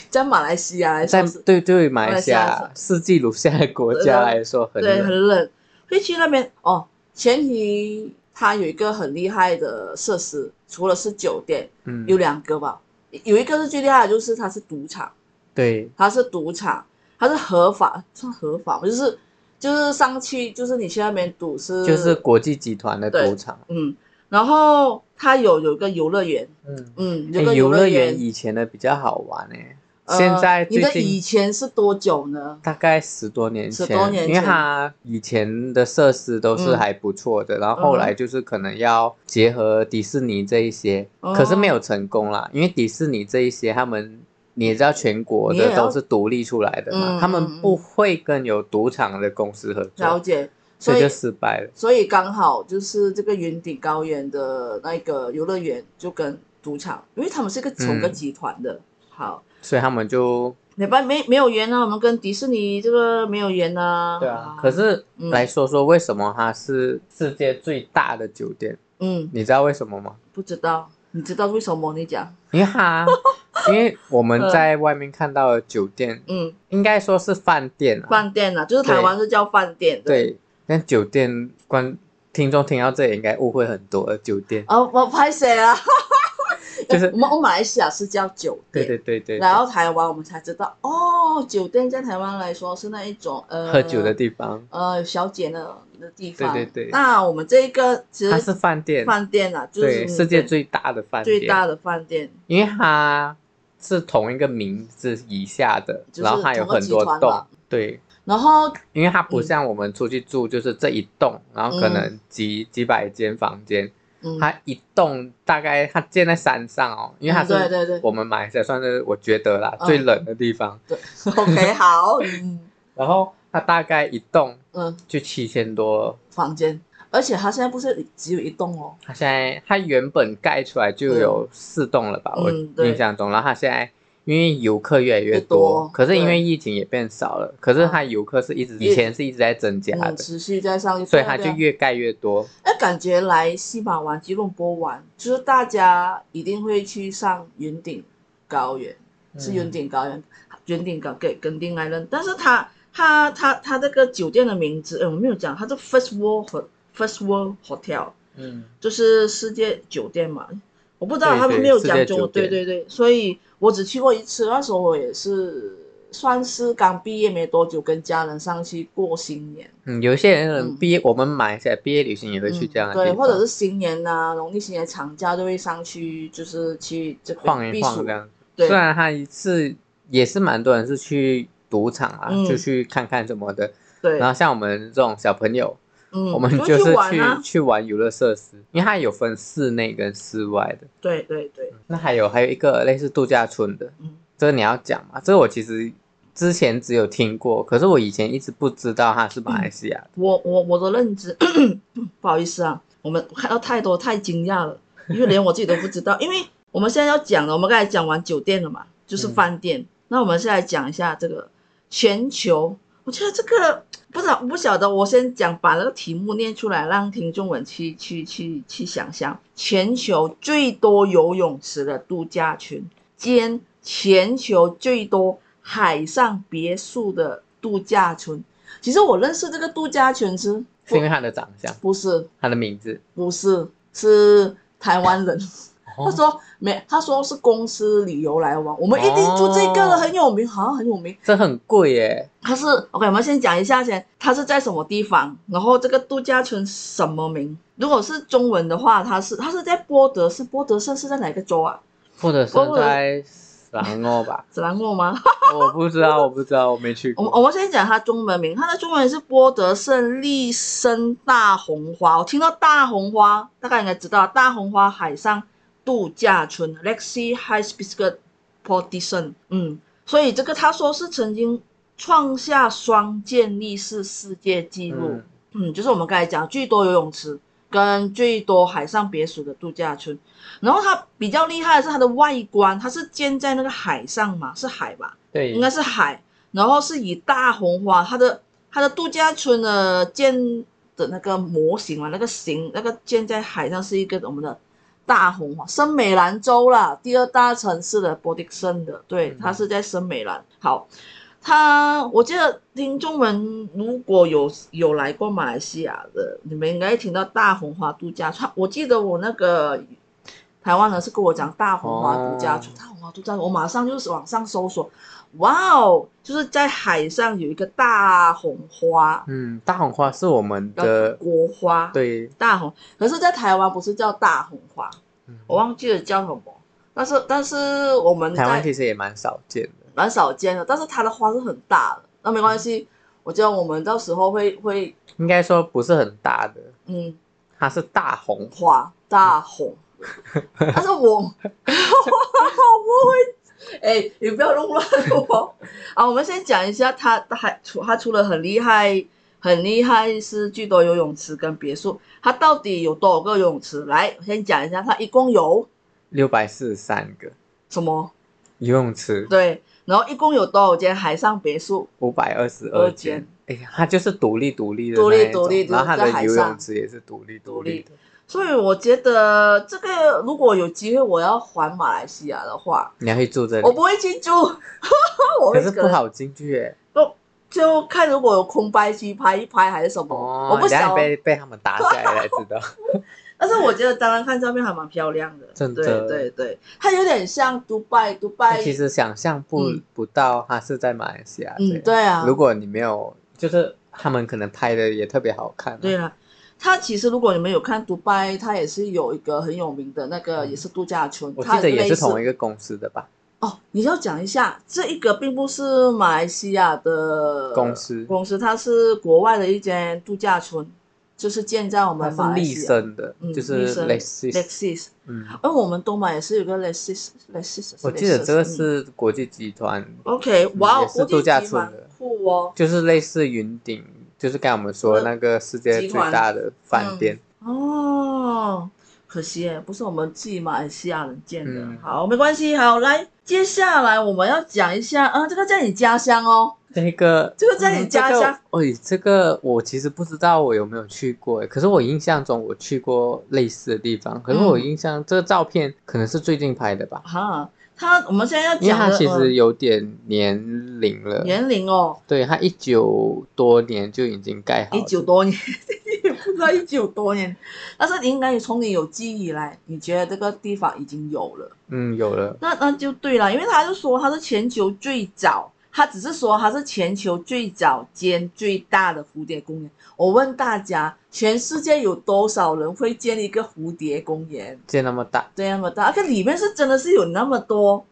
[SPEAKER 2] 在马来西亚来
[SPEAKER 1] 在
[SPEAKER 2] 说呃是
[SPEAKER 1] 对对马来西
[SPEAKER 2] 马来西亚
[SPEAKER 1] 亚四季如夏的国家来说很
[SPEAKER 2] 对，
[SPEAKER 1] 冷，
[SPEAKER 2] 很冷。飞去那边哦，前提它有一个很厉害的设施，除了是酒店，
[SPEAKER 1] 嗯，
[SPEAKER 2] 有两个吧，有一个是最厉害的，就是它是赌场，
[SPEAKER 1] 对
[SPEAKER 2] 它是赌场，它是合法，算合法吗？就是就是上去，就是你去那边赌是，
[SPEAKER 1] 就是国际集团的
[SPEAKER 2] 对
[SPEAKER 1] 赌场，
[SPEAKER 2] 嗯，然后它有有一个游乐园，
[SPEAKER 1] 嗯。
[SPEAKER 2] 嗯，有
[SPEAKER 1] 哎
[SPEAKER 2] 个
[SPEAKER 1] 游
[SPEAKER 2] 乐
[SPEAKER 1] 乐
[SPEAKER 2] 园
[SPEAKER 1] 园。以前的比较好玩哎、
[SPEAKER 2] 呃
[SPEAKER 1] 现在
[SPEAKER 2] 你
[SPEAKER 1] 最
[SPEAKER 2] 的以
[SPEAKER 1] 近
[SPEAKER 2] 前是多久呢？
[SPEAKER 1] 大概十多年前，
[SPEAKER 2] 10多年前
[SPEAKER 1] 因为它以前的设施都是
[SPEAKER 2] 嗯
[SPEAKER 1] 还不错的，然后后来就是可能要结合迪士尼这一些，
[SPEAKER 2] 哦
[SPEAKER 1] 可是没有成功啦，因为迪士尼这一些他们。你也知道全国
[SPEAKER 2] 你也
[SPEAKER 1] 的
[SPEAKER 2] 要
[SPEAKER 1] 都是独立出来的嘛，
[SPEAKER 2] 嗯
[SPEAKER 1] 他
[SPEAKER 2] 嗯
[SPEAKER 1] 们
[SPEAKER 2] 嗯
[SPEAKER 1] 不会跟有赌场的公司合
[SPEAKER 2] 了
[SPEAKER 1] 作，
[SPEAKER 2] 嗯解，
[SPEAKER 1] 所
[SPEAKER 2] 所以
[SPEAKER 1] 以就失败了。
[SPEAKER 2] 所以刚好就是这个云顶高原的那个游乐园就跟赌场，因为他们是个同个
[SPEAKER 1] 嗯
[SPEAKER 2] 集团的。好，
[SPEAKER 1] 所以他们就
[SPEAKER 2] 没办没没有缘啊呢、我们跟迪士尼这个没有缘呢、
[SPEAKER 1] 啊可是
[SPEAKER 2] 啊嗯
[SPEAKER 1] 来说说为什么它是世界最大的酒店？
[SPEAKER 2] 嗯，
[SPEAKER 1] 你知道为什么吗？
[SPEAKER 2] 不知道，你知道为什么？你讲，
[SPEAKER 1] 你好，因为我们在外面看到的酒店，
[SPEAKER 2] 嗯，
[SPEAKER 1] 应该说是饭店啊。
[SPEAKER 2] 饭店呢、就是台湾是叫饭店，对。
[SPEAKER 1] 对，但酒店观听众听到这里应该误会很多了。酒店，
[SPEAKER 2] 啊，我拍谁啊？
[SPEAKER 1] 就是
[SPEAKER 2] 我们我马来西亚是叫酒
[SPEAKER 1] 对
[SPEAKER 2] 店，
[SPEAKER 1] 对对对，
[SPEAKER 2] 然后台湾我们才知道，哦，酒店在台湾来说是那一种呃
[SPEAKER 1] 喝酒的地方，
[SPEAKER 2] 呃小姐呢的地方。
[SPEAKER 1] 对对对
[SPEAKER 2] 那我们这一个其
[SPEAKER 1] 它
[SPEAKER 2] 实
[SPEAKER 1] 是饭店，
[SPEAKER 2] 饭店啊，就是
[SPEAKER 1] 对，
[SPEAKER 2] 嗯
[SPEAKER 1] 世界
[SPEAKER 2] 对
[SPEAKER 1] 最大的饭
[SPEAKER 2] 最大
[SPEAKER 1] 店，
[SPEAKER 2] 的饭店，
[SPEAKER 1] 因为它是同一个名字以下的，
[SPEAKER 2] 就是
[SPEAKER 1] 然后它有
[SPEAKER 2] 同个
[SPEAKER 1] 很
[SPEAKER 2] 集
[SPEAKER 1] 多
[SPEAKER 2] 团
[SPEAKER 1] 栋
[SPEAKER 2] 嘛，
[SPEAKER 1] 对。
[SPEAKER 2] 然后
[SPEAKER 1] 因为它不
[SPEAKER 2] 嗯
[SPEAKER 1] 像我们出去住，就是这一栋，然后可
[SPEAKER 2] 嗯
[SPEAKER 1] 能几几百间房间，
[SPEAKER 2] 嗯，
[SPEAKER 1] 它一栋大概它建在山上哦，因为它
[SPEAKER 2] 嗯对
[SPEAKER 1] 是
[SPEAKER 2] 对对
[SPEAKER 1] 我们马来西亚算是我觉得啦
[SPEAKER 2] 嗯
[SPEAKER 1] 最冷的地方。
[SPEAKER 2] 对 ，OK 好，嗯
[SPEAKER 1] 然后它大概一栋
[SPEAKER 2] 嗯，
[SPEAKER 1] 就七千多
[SPEAKER 2] 房间而且它现在不是只有一栋哦，
[SPEAKER 1] 它现在它原本盖出来就有四栋了吧？
[SPEAKER 2] 嗯
[SPEAKER 1] 我
[SPEAKER 2] 对
[SPEAKER 1] 印象中，然后它现在因为游客越来越
[SPEAKER 2] 越多
[SPEAKER 1] 可是因
[SPEAKER 2] 对
[SPEAKER 1] 为疫情也变少了，可是它游客是一直
[SPEAKER 2] 也
[SPEAKER 1] 以前是一直在增加的
[SPEAKER 2] 嗯，，持续在上，
[SPEAKER 1] 所
[SPEAKER 2] 对
[SPEAKER 1] 以
[SPEAKER 2] 啊
[SPEAKER 1] 它
[SPEAKER 2] 对
[SPEAKER 1] 就
[SPEAKER 2] 啊
[SPEAKER 1] 越盖越多。
[SPEAKER 2] 哎，感觉来西马玩、吉隆坡玩，就是大家一定会去上云顶高原，是云顶高原，云顶高给跟定来人，但是它它它它这个酒店的名字，哎，我没有讲，它是 First World Ho- First World Hotel，
[SPEAKER 1] 嗯，
[SPEAKER 2] 就是世界酒店嘛，我不知道
[SPEAKER 1] 对
[SPEAKER 2] 他们
[SPEAKER 1] 对
[SPEAKER 2] 没有
[SPEAKER 1] 世
[SPEAKER 2] 讲
[SPEAKER 1] 界
[SPEAKER 2] 中文，
[SPEAKER 1] 酒
[SPEAKER 2] 对
[SPEAKER 1] 店
[SPEAKER 2] 对对，所以我只去过一次，那时候我也是算是刚毕业没多久，跟家人上去过新年。
[SPEAKER 1] 嗯，有一些
[SPEAKER 2] 嗯
[SPEAKER 1] 人毕业，我们马来西亚毕业旅行也会去
[SPEAKER 2] 嗯
[SPEAKER 1] 这样的地
[SPEAKER 2] 对，
[SPEAKER 1] 方，
[SPEAKER 2] 或者是新年呐、农历新年长假就会上去，就是去这边
[SPEAKER 1] 晃一
[SPEAKER 2] 避暑
[SPEAKER 1] 晃这。样。
[SPEAKER 2] 对
[SPEAKER 1] 虽，然它是也是蛮多人是去赌场啊，
[SPEAKER 2] 嗯
[SPEAKER 1] 就去看看什么的。
[SPEAKER 2] 对，
[SPEAKER 1] 然后像我们这种小朋友，
[SPEAKER 2] 嗯，
[SPEAKER 1] 我们
[SPEAKER 2] 就
[SPEAKER 1] 就是
[SPEAKER 2] 去
[SPEAKER 1] 去
[SPEAKER 2] 玩啊。
[SPEAKER 1] 去玩游乐设施，因为它有分室内跟室外的。
[SPEAKER 2] 对对对，
[SPEAKER 1] 那还有还有一个类似度假村的，
[SPEAKER 2] 嗯
[SPEAKER 1] 这个你要讲嘛？这个我其实之前只有听过，可是我以前一直不知道它是马来西亚的。
[SPEAKER 2] 我我我的认知， 不好意思啊，我们看到太多太惊讶了，因为连我自己都不知道。因为我们现在要讲的，我们刚才讲完酒店了嘛，就是
[SPEAKER 1] 嗯
[SPEAKER 2] 饭店。那我们现在讲一下这个全球，我觉得这个不知道不晓得，我先讲把那个题目念出来，让听众们去去去去想象全球最多游泳池的度假群兼全球最多海上别墅的度假村。其实我认识这个度假村是
[SPEAKER 1] 是因为它的长相，
[SPEAKER 2] 不是
[SPEAKER 1] 它的名字。
[SPEAKER 2] 不是是台湾人？他
[SPEAKER 1] 哦
[SPEAKER 2] 说没，他说是公司旅游来玩，我们一定住这个了，
[SPEAKER 1] 哦
[SPEAKER 2] 很有名，好像很有名。
[SPEAKER 1] 这很贵耶，
[SPEAKER 2] 它是 OK，我们先讲一下先，它是在什么地方，然后这个度假村什么名？如果是中文的话，它是它是在波德是波德社是在哪个州啊？
[SPEAKER 1] 或者是
[SPEAKER 2] 不过，
[SPEAKER 1] 在然后吧
[SPEAKER 2] 指南诺吗？
[SPEAKER 1] 我不知道，我不知道，我没去
[SPEAKER 2] 我
[SPEAKER 1] 过。
[SPEAKER 2] 们我们先讲它中文名，它的中文是波德胜利森大红花。我听到大红花，大概应该知道大红花海上度假村 （Lexi High s p i s c a p o d i s o n 嗯，所以这个他说是曾经创下双健力士世界纪录。
[SPEAKER 1] 嗯，
[SPEAKER 2] 嗯，就是我们刚才讲最多游泳池跟最多海上别墅的度假村，然后它比较厉害的是它的外观，它是建在那个海上嘛，是海吧？
[SPEAKER 1] 对，
[SPEAKER 2] 应该是海，然后是以大红花，它的它的度假村的建的那个模型嘛，那个形那个建在海上是一个我们的大红花，圣美兰州啦，第二大城市的波迪森的，对
[SPEAKER 1] 嗯，
[SPEAKER 2] 它是在圣美兰。好，它我记得听众们如果有有来过马来西亚的，你们应该听到大红花度假村。啊我记得我那个。台湾人是跟我讲大红花度假村，
[SPEAKER 1] 哦
[SPEAKER 2] 大红花度假村，我马上就是网上搜索，哇哦，就是在海上有一个大红花，
[SPEAKER 1] 嗯，大红花是我们
[SPEAKER 2] 叫
[SPEAKER 1] 的
[SPEAKER 2] 国花，，
[SPEAKER 1] 对，
[SPEAKER 2] 大红。可是，在台湾不是叫大红花，
[SPEAKER 1] 嗯
[SPEAKER 2] 我忘记了叫什么。但是，但是我们
[SPEAKER 1] 台湾
[SPEAKER 2] 在
[SPEAKER 1] 其实也蛮少见的。
[SPEAKER 2] 蛮少见的，但是它的花是很大的，那没关系，我觉得我们到时候会会，
[SPEAKER 1] 应该说不是很大的，
[SPEAKER 2] 嗯，
[SPEAKER 1] 它是大红。
[SPEAKER 2] 花大红。但是我 我会，哎、你不要弄乱我啊！我们先讲一下他，他还除他除了很厉害，很厉害是最多游泳池跟别墅，他到底有多少个游泳池？来，我先讲一下，他一共有
[SPEAKER 1] 六百四十三个
[SPEAKER 2] 什么？
[SPEAKER 1] 游泳池，
[SPEAKER 2] 对，然后一共有多少间海上别墅？
[SPEAKER 1] 五百二十
[SPEAKER 2] 二
[SPEAKER 1] 二
[SPEAKER 2] 间
[SPEAKER 1] 间。哎呀，它就是独立独立的
[SPEAKER 2] 独立
[SPEAKER 1] 那一种
[SPEAKER 2] 独立的
[SPEAKER 1] 然后它
[SPEAKER 2] 在海
[SPEAKER 1] 的游
[SPEAKER 2] 上
[SPEAKER 1] 泳池也是独立
[SPEAKER 2] 独立
[SPEAKER 1] 立的。
[SPEAKER 2] 所以我觉得这个如果有机会我要环马来西亚的话，
[SPEAKER 1] 你要去住这里
[SPEAKER 2] 我，不会去住， 我会
[SPEAKER 1] 可是不
[SPEAKER 2] 能
[SPEAKER 1] 好进去耶。
[SPEAKER 2] 就看如果有空拍机拍一拍还是什么，
[SPEAKER 1] 哦，
[SPEAKER 2] 我不
[SPEAKER 1] 等下你。
[SPEAKER 2] 晓
[SPEAKER 1] 被被他们打下来才知 道。
[SPEAKER 2] 但是我觉得当然看照片还蛮漂亮的，
[SPEAKER 1] 真
[SPEAKER 2] 对
[SPEAKER 1] 的
[SPEAKER 2] 对对，它有点像迪拜，迪拜
[SPEAKER 1] 其实想象不、
[SPEAKER 2] 嗯
[SPEAKER 1] 不到它是在马来西亚。
[SPEAKER 2] 嗯对啊，
[SPEAKER 1] 如果你没有，就是他们可能拍的也特别好看、啊。
[SPEAKER 2] 对了。它其实，如果你们有看迪拜，它也是有一个很有名的那个，
[SPEAKER 1] 嗯
[SPEAKER 2] 也是度假村。
[SPEAKER 1] 我记
[SPEAKER 2] 它
[SPEAKER 1] 得也
[SPEAKER 2] 类
[SPEAKER 1] 是
[SPEAKER 2] 似
[SPEAKER 1] 同一个公司的吧？
[SPEAKER 2] 哦，你要讲一下，这一个并不是马来西亚的
[SPEAKER 1] 公司
[SPEAKER 2] 公司它是国外的一间度假村，就是建在我
[SPEAKER 1] 它
[SPEAKER 2] 们马
[SPEAKER 1] 是
[SPEAKER 2] 来
[SPEAKER 1] 立
[SPEAKER 2] 西亚。
[SPEAKER 1] 生的，
[SPEAKER 2] 嗯
[SPEAKER 1] 就
[SPEAKER 2] 立
[SPEAKER 1] 是
[SPEAKER 2] 生
[SPEAKER 1] Lexis。
[SPEAKER 2] Lexis，
[SPEAKER 1] 嗯，
[SPEAKER 2] 而哦我们东马也是有个 Lexis Lexis，
[SPEAKER 1] 我记得这个
[SPEAKER 2] Lexis，嗯
[SPEAKER 1] 是国际集团，
[SPEAKER 2] OK，哇哦，
[SPEAKER 1] 也是
[SPEAKER 2] 国际
[SPEAKER 1] 度假
[SPEAKER 2] 集团
[SPEAKER 1] 村的
[SPEAKER 2] 酷哦，
[SPEAKER 1] 就是类似云顶就是刚才我们说
[SPEAKER 2] 嗯
[SPEAKER 1] 那个世界
[SPEAKER 2] 集
[SPEAKER 1] 最
[SPEAKER 2] 团嗯
[SPEAKER 1] 大的饭店，
[SPEAKER 2] 哦，可惜耶，不是我们自己马来西亚人建的。
[SPEAKER 1] 嗯
[SPEAKER 2] 好，没关系，好，来，接下来我们要讲一下，啊，这个在你家乡哦，
[SPEAKER 1] 这个
[SPEAKER 2] 这个在你家乡
[SPEAKER 1] 嗯这个哎，这个我其实不知道我有没有去过，欸可是我印象中我去过类似的地方，可是我
[SPEAKER 2] 嗯
[SPEAKER 1] 印象、这个照片可能是最近拍的吧，
[SPEAKER 2] 哈，他我们现在要
[SPEAKER 1] 因为
[SPEAKER 2] 讲
[SPEAKER 1] 它
[SPEAKER 2] 的
[SPEAKER 1] 其实
[SPEAKER 2] 呃
[SPEAKER 1] 有点年龄了，
[SPEAKER 2] 年龄哦，
[SPEAKER 1] 对，它一九多年就已经盖好
[SPEAKER 2] 一
[SPEAKER 1] 了，
[SPEAKER 2] 九多年， 也不知道一九多年，但是你应该从你有记忆以来，你觉得这个地方已经有了。
[SPEAKER 1] 嗯，有了，
[SPEAKER 2] 那那就对了，因为他就说他是全球最早，他只是说他是全球最早兼最大的蝴蝶公园。我问大家，全世界有多少人会建一个蝴蝶公园？
[SPEAKER 1] 建那么大。
[SPEAKER 2] 对，那么大，而且里面是真的是有那么多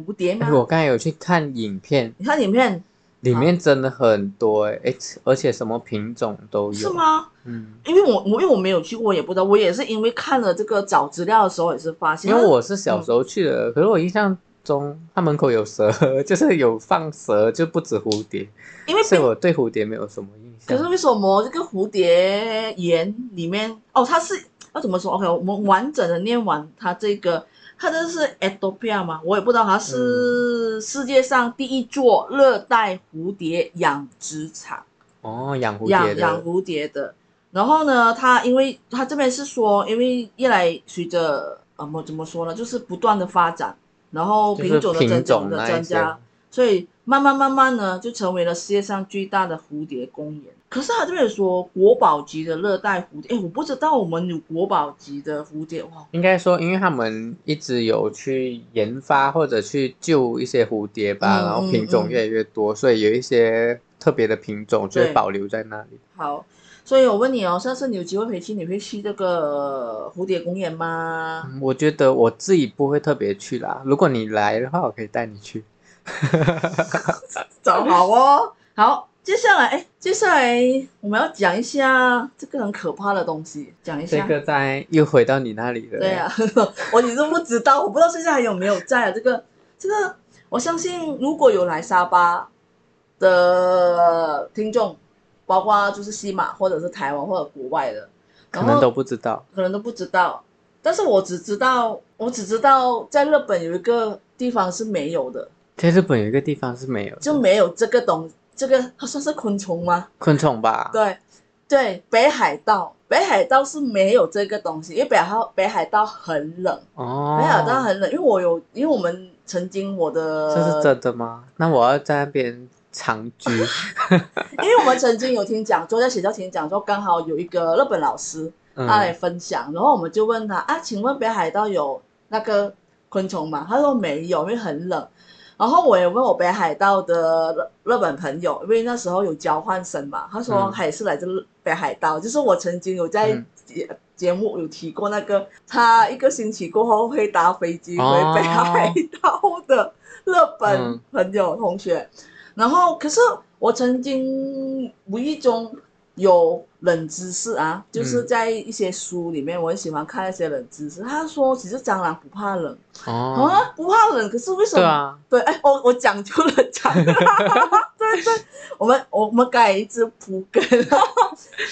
[SPEAKER 2] 蝴蝶吗
[SPEAKER 1] 哎，？我刚才有去看影片，
[SPEAKER 2] 你看里面
[SPEAKER 1] 里面真的很多哎、哎而且什么品种都有，
[SPEAKER 2] 啊是？吗？
[SPEAKER 1] 嗯，
[SPEAKER 2] 因为我我因为我没有去过，也不知道。我也是因为看了这个找资料的时候也是发现，啊
[SPEAKER 1] 因为我是小时候去的，可是我印象中它门口有蛇， 就是有放蛇，就不止蝴蝶，
[SPEAKER 2] 因为
[SPEAKER 1] 所以我对蝴蝶没有什么印
[SPEAKER 2] 可
[SPEAKER 1] 象。
[SPEAKER 2] 是为什么这个蝴蝶园里面哦，它是要怎么说？OK，我们完整的念完它这个，它这是 Ethiopia 吗？我也不知道，它
[SPEAKER 1] 嗯
[SPEAKER 2] 是世界上第一座热带蝴蝶养殖场，
[SPEAKER 1] 哦，养蝴蝶
[SPEAKER 2] 养
[SPEAKER 1] 的，
[SPEAKER 2] 养蝴蝶的。然后呢，它因为它这边是说，因为一来随着呃，我怎么说呢，就是不断的发展，然后品
[SPEAKER 1] 就
[SPEAKER 2] 种
[SPEAKER 1] 是
[SPEAKER 2] 的增
[SPEAKER 1] 品
[SPEAKER 2] 长
[SPEAKER 1] 种
[SPEAKER 2] 的
[SPEAKER 1] 那
[SPEAKER 2] 增
[SPEAKER 1] 一些
[SPEAKER 2] 加，所以慢慢慢慢呢，就成为了世界上最大的蝴蝶公园。可是他这边有说国宝级的热带蝴蝶，哎，我不知道我们有国宝级的蝴蝶哇，
[SPEAKER 1] 应该说，因为他们一直有去研发或者去救一些蝴蝶吧，
[SPEAKER 2] 嗯
[SPEAKER 1] 然后
[SPEAKER 2] 嗯
[SPEAKER 1] 品种
[SPEAKER 2] 嗯
[SPEAKER 1] 越来越多，所以有一些特别的品种就
[SPEAKER 2] 对
[SPEAKER 1] 会保留在那里。
[SPEAKER 2] 好。所以我问你哦，下次你有机会回去，你会去这个蝴蝶公园吗？
[SPEAKER 1] 嗯我觉得我自己不会特别去啦，如果你来的话，我可以带你去。
[SPEAKER 2] 找好哦，好。接下来，哎，接下来我们要讲一下这个很可怕的东西，讲一
[SPEAKER 1] 这
[SPEAKER 2] 下。
[SPEAKER 1] 个在又回到你那里了。
[SPEAKER 2] 对啊， 我也是不知道，我不知道现在还有没有在啊。这个这个，我相信如果有来沙巴的听众，包括就是西马或者是台湾或者国外的，
[SPEAKER 1] 可
[SPEAKER 2] 然后
[SPEAKER 1] 能都不知道。
[SPEAKER 2] 可能都不知道。但是我只知道，我只知道在日本有一个地方是没有的，
[SPEAKER 1] 在日本有一个地方是没有的
[SPEAKER 2] 就没有这个东，这个它算是昆虫吗？
[SPEAKER 1] 昆虫吧？
[SPEAKER 2] 对，对，北海道，北海道是没有这个东西，因为北海北海道很冷。
[SPEAKER 1] 哦，
[SPEAKER 2] 北海道很冷，因为我有，因为我们曾经我的，
[SPEAKER 1] 这是真的吗？那我要在那边长 居。
[SPEAKER 2] 因为我们曾经有听讲座，在学校听讲座，刚好有一个日本老师，他来
[SPEAKER 1] 嗯，
[SPEAKER 2] 分享，然后我们就问他啊，请问北海道有那个昆虫吗？他说没有，因为很冷。然后我也问我北海道的日日本朋友，因为那时候有交换生嘛，他说
[SPEAKER 1] 嗯
[SPEAKER 2] 他也是来自日北海道，就是我曾经有在
[SPEAKER 1] 嗯
[SPEAKER 2] 节、节目有提过那个，他一个星期过后会搭飞机回
[SPEAKER 1] 哦
[SPEAKER 2] 北海道的日本
[SPEAKER 1] 嗯
[SPEAKER 2] 朋友同学，然后可是我曾经无意中有冷知识啊，就是
[SPEAKER 1] 嗯
[SPEAKER 2] 在一些书里面，我很喜欢看一些冷知识。他说，其实蟑螂不怕冷、
[SPEAKER 1] 哦，
[SPEAKER 2] 啊，不怕冷，可是为什
[SPEAKER 1] 对
[SPEAKER 2] 么？
[SPEAKER 1] 啊，
[SPEAKER 2] 对，哎，我我讲究了， 讲，对对，我们我我们改一只蒲根，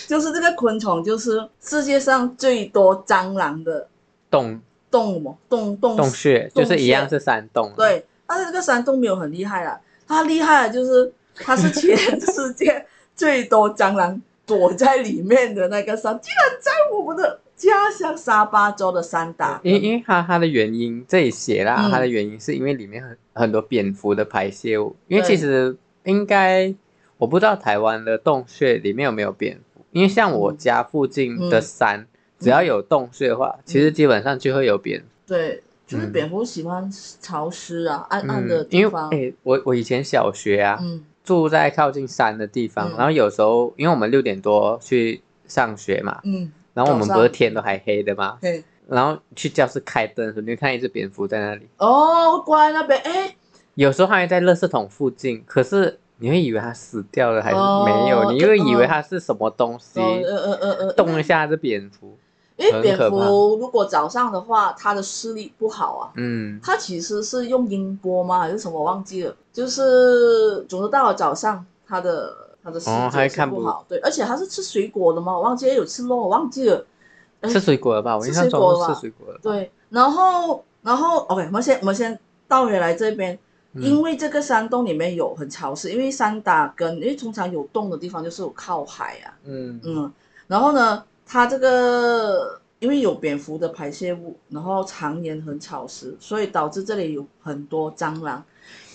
[SPEAKER 2] 就是这个昆虫，就是世界上最多蟑螂的
[SPEAKER 1] 洞
[SPEAKER 2] 动物嘛，动动
[SPEAKER 1] 洞穴
[SPEAKER 2] 洞
[SPEAKER 1] 就是一样
[SPEAKER 2] 穴
[SPEAKER 1] 是山洞。，啊
[SPEAKER 2] 对，但是这个山洞没有很厉害啦，它厉害的就是它是全 世界最多蟑螂躲在里面的那个山，竟然在我们的家乡沙巴州的山打
[SPEAKER 1] 因
[SPEAKER 2] 根。
[SPEAKER 1] 因为它它的原因这里写啦，
[SPEAKER 2] 啊嗯
[SPEAKER 1] 它的原因是因为里面很很多蝙蝠的排泄物，因为
[SPEAKER 2] 对
[SPEAKER 1] 其实应该我不知道台湾的洞穴里面有没有蝙蝠，因为像我
[SPEAKER 2] 嗯
[SPEAKER 1] 家附近的
[SPEAKER 2] 嗯
[SPEAKER 1] 山，只要有洞穴的话，其实基本上就会有蝙蝠。
[SPEAKER 2] 对，就是
[SPEAKER 1] 嗯
[SPEAKER 2] 蝙蝠喜欢潮湿啊、暗暗的
[SPEAKER 1] 嗯，
[SPEAKER 2] 地
[SPEAKER 1] 因为
[SPEAKER 2] 方。
[SPEAKER 1] 哎、我我以前小学啊，
[SPEAKER 2] 嗯
[SPEAKER 1] 住在靠近山的地方，
[SPEAKER 2] 嗯
[SPEAKER 1] 然后有时候因为我们六点多去上学嘛，
[SPEAKER 2] 嗯，
[SPEAKER 1] 然后我们
[SPEAKER 2] 早
[SPEAKER 1] 不
[SPEAKER 2] 上
[SPEAKER 1] 是天都还黑的嘛，
[SPEAKER 2] 嘿，
[SPEAKER 1] 然后去教室开灯的时候，你会看一只蝙蝠在那里，
[SPEAKER 2] 哦，乖那边，哎，
[SPEAKER 1] 有时候还会在垃圾桶附近，可是你会以为它死掉了还是
[SPEAKER 2] 哦
[SPEAKER 1] 没有，你
[SPEAKER 2] 对
[SPEAKER 1] 会以为
[SPEAKER 2] 嗯
[SPEAKER 1] 它是什么东西
[SPEAKER 2] 呃，呃呃呃呃，
[SPEAKER 1] 动一下这蝙蝠，
[SPEAKER 2] 因为
[SPEAKER 1] 很
[SPEAKER 2] 蝙
[SPEAKER 1] 可怕
[SPEAKER 2] 蝠如果早上的话，它的视力不好啊。
[SPEAKER 1] 嗯，
[SPEAKER 2] 它其实是用音波吗？还是什么？我忘记了。就是总之到了早上，它的他的视
[SPEAKER 1] 哦还
[SPEAKER 2] 觉是
[SPEAKER 1] 看
[SPEAKER 2] 不
[SPEAKER 1] 不
[SPEAKER 2] 好。对，而且他是吃水果的嘛，我忘记有吃肉，我忘记了。哎
[SPEAKER 1] 吃水果了吧？我
[SPEAKER 2] 吃
[SPEAKER 1] 印象
[SPEAKER 2] 水果
[SPEAKER 1] 中
[SPEAKER 2] 了
[SPEAKER 1] 是
[SPEAKER 2] 吧
[SPEAKER 1] 吃水果了吧。
[SPEAKER 2] 对，然后然后 OK，我们先我们先倒回来这边，
[SPEAKER 1] 嗯
[SPEAKER 2] 因为这个山洞里面有很潮湿，因为山打根，因为通常有洞的地方就是有靠海啊，
[SPEAKER 1] 嗯
[SPEAKER 2] 嗯，然后呢，它这个因为有蝙蝠的排泄物，然后常年很潮湿，所以导致这里有很多蟑螂。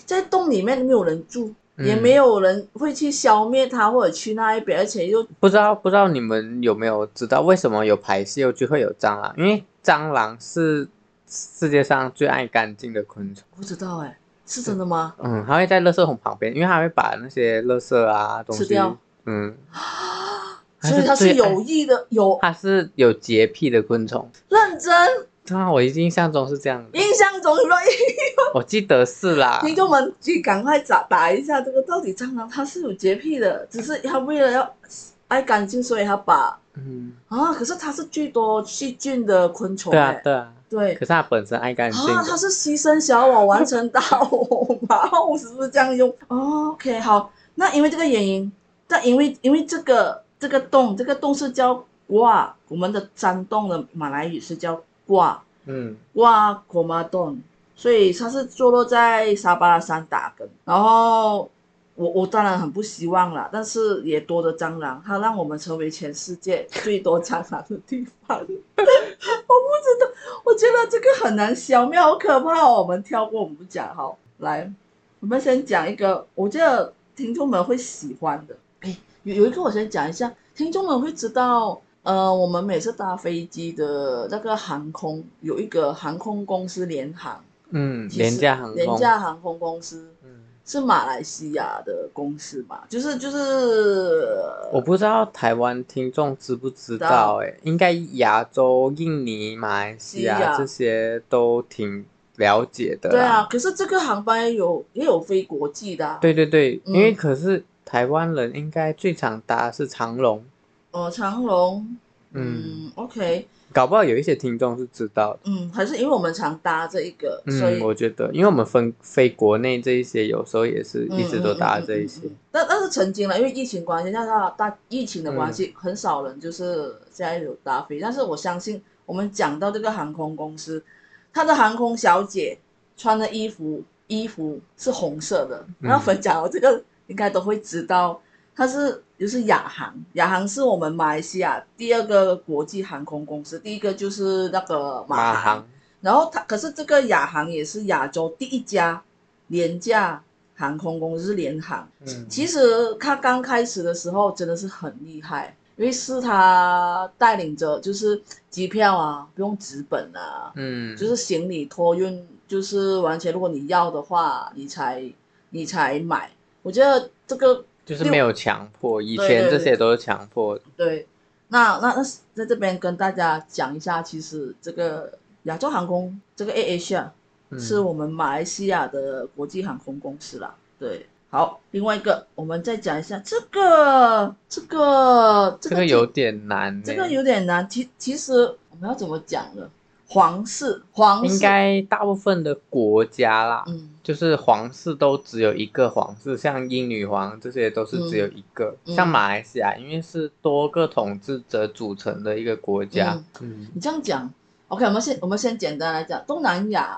[SPEAKER 2] 在洞里面没有人住，也
[SPEAKER 1] 嗯
[SPEAKER 2] 没有人会去消灭它或者去那一边，而且又
[SPEAKER 1] 不知道不知道你们有没有知道为什么有排泄物就会有蟑螂？因为蟑螂是世界上最爱干净的昆虫。
[SPEAKER 2] 不知道哎、是真的吗？
[SPEAKER 1] 嗯，它会在垃圾桶旁边，因为它会把那些垃圾啊东
[SPEAKER 2] 吃
[SPEAKER 1] 西
[SPEAKER 2] 掉，
[SPEAKER 1] 嗯，它
[SPEAKER 2] 所以
[SPEAKER 1] 是啊
[SPEAKER 2] 它是
[SPEAKER 1] 最
[SPEAKER 2] 有意的，有
[SPEAKER 1] 它是有洁癖的昆虫。
[SPEAKER 2] 认真。
[SPEAKER 1] 啊，我印象中是这样的，
[SPEAKER 2] 印象中有没有
[SPEAKER 1] 我记得是啦。
[SPEAKER 2] 听众们，你赶快打打一下这个，到底蟑螂它是有洁癖的，只是它为了要爱干净，所以它把
[SPEAKER 1] 嗯，
[SPEAKER 2] 啊，可是它是最多细菌的昆虫、
[SPEAKER 1] 对啊
[SPEAKER 2] 欸，
[SPEAKER 1] 对啊，
[SPEAKER 2] 对
[SPEAKER 1] 可是它本身爱干净
[SPEAKER 2] 啊，它
[SPEAKER 1] 的，
[SPEAKER 2] 是牺牲小我完成大我吧？我是不是这样用、哦、？OK，好，那因为这个原因，但因为因为这个这个洞，这个洞是叫挂，我们的山洞的马来语是叫挂，
[SPEAKER 1] 嗯
[SPEAKER 2] 哇，国马洞，所以它是坐落在沙巴拉山打根。然后我我当然很不希望啦，但是也多的蟑螂，它让我们成为全世界最多蟑螂的地方。 我不知道，我觉得这个很难消灭，好可怕哦。我们跳过，我们不讲好。来，我们先讲一个，我觉得听众们会喜欢的。哎，有有一个我先讲一下，听众们会知道，呃，我们每次搭飞机的那个航空有一个航空公司联航，
[SPEAKER 1] 嗯，
[SPEAKER 2] 其实
[SPEAKER 1] 廉价航
[SPEAKER 2] 廉
[SPEAKER 1] 空，
[SPEAKER 2] 价航空公司
[SPEAKER 1] 嗯，
[SPEAKER 2] 是马来西亚的公司嘛？就是就是，
[SPEAKER 1] 我不知道台湾听众知不知
[SPEAKER 2] 知道
[SPEAKER 1] 道、欸，应该亚洲、印尼、马来西
[SPEAKER 2] 西亚
[SPEAKER 1] 亚这些都挺了解的
[SPEAKER 2] 啊对啊
[SPEAKER 1] 啦。，
[SPEAKER 2] 可是这个航班也有也有飞国际的、啊，，
[SPEAKER 1] 对对对，
[SPEAKER 2] 嗯
[SPEAKER 1] 因为可是台湾人应该最常搭是长龙，
[SPEAKER 2] 呃，长龙，
[SPEAKER 1] 嗯，
[SPEAKER 2] o k
[SPEAKER 1] 搞不好有一些听众是知道的。
[SPEAKER 2] 嗯，还是因为我们常搭这一个，所以
[SPEAKER 1] 嗯，我觉得，因为我们分飞国内这一些，有时候也是一直都搭这一些
[SPEAKER 2] 嗯嗯嗯嗯嗯嗯。但但是曾经了，因为疫情关系，像大大疫情
[SPEAKER 1] 嗯
[SPEAKER 2] 的关系，很少人就是现在有搭飞。但是我相信，我们讲到这个航空公司，它的航空小姐穿的衣服衣服是红色的，
[SPEAKER 1] 嗯
[SPEAKER 2] 然后我们讲到这个，应该都会知道。它是就是亚航，亚航是我们马来西亚第二个国际航空公司，第一个就是那个
[SPEAKER 1] 马
[SPEAKER 2] 航
[SPEAKER 1] 航，
[SPEAKER 2] 然后它可是这个亚航也是亚洲第一家廉价航空公司，是联航。
[SPEAKER 1] 嗯
[SPEAKER 2] 其实它刚开始的时候真的是很厉害，因为是它带领着，就是机票啊不用纸本啊，
[SPEAKER 1] 嗯，
[SPEAKER 2] 就是行李托运，就是完全如果你要的话，你才你才买。我觉得这个
[SPEAKER 1] 就是没有强迫，以
[SPEAKER 2] 对
[SPEAKER 1] 前
[SPEAKER 2] 对
[SPEAKER 1] 这
[SPEAKER 2] 对
[SPEAKER 1] 些都是强迫的。
[SPEAKER 2] 对，那那那在这边跟大家讲一下，其实这个亚洲航空这个 A Asia
[SPEAKER 1] 嗯
[SPEAKER 2] 是我们马来西亚的国际航空公司啦。对，好，另外一个我们再讲一下这个这个这
[SPEAKER 1] 这
[SPEAKER 2] 个
[SPEAKER 1] 个
[SPEAKER 2] 题
[SPEAKER 1] 有点难呢，
[SPEAKER 2] 这个有点难，其其实我们要怎么讲呢？皇室皇室
[SPEAKER 1] 应该大部分的国家啦，
[SPEAKER 2] 嗯
[SPEAKER 1] 就是皇室都只有一个皇室，像英女皇这些都是只有一个。
[SPEAKER 2] 嗯嗯
[SPEAKER 1] 像马来西亚，因为是多个统治者组成的一个国家，嗯，
[SPEAKER 2] 你这样讲，OK，我们先我们先简单来讲，东南亚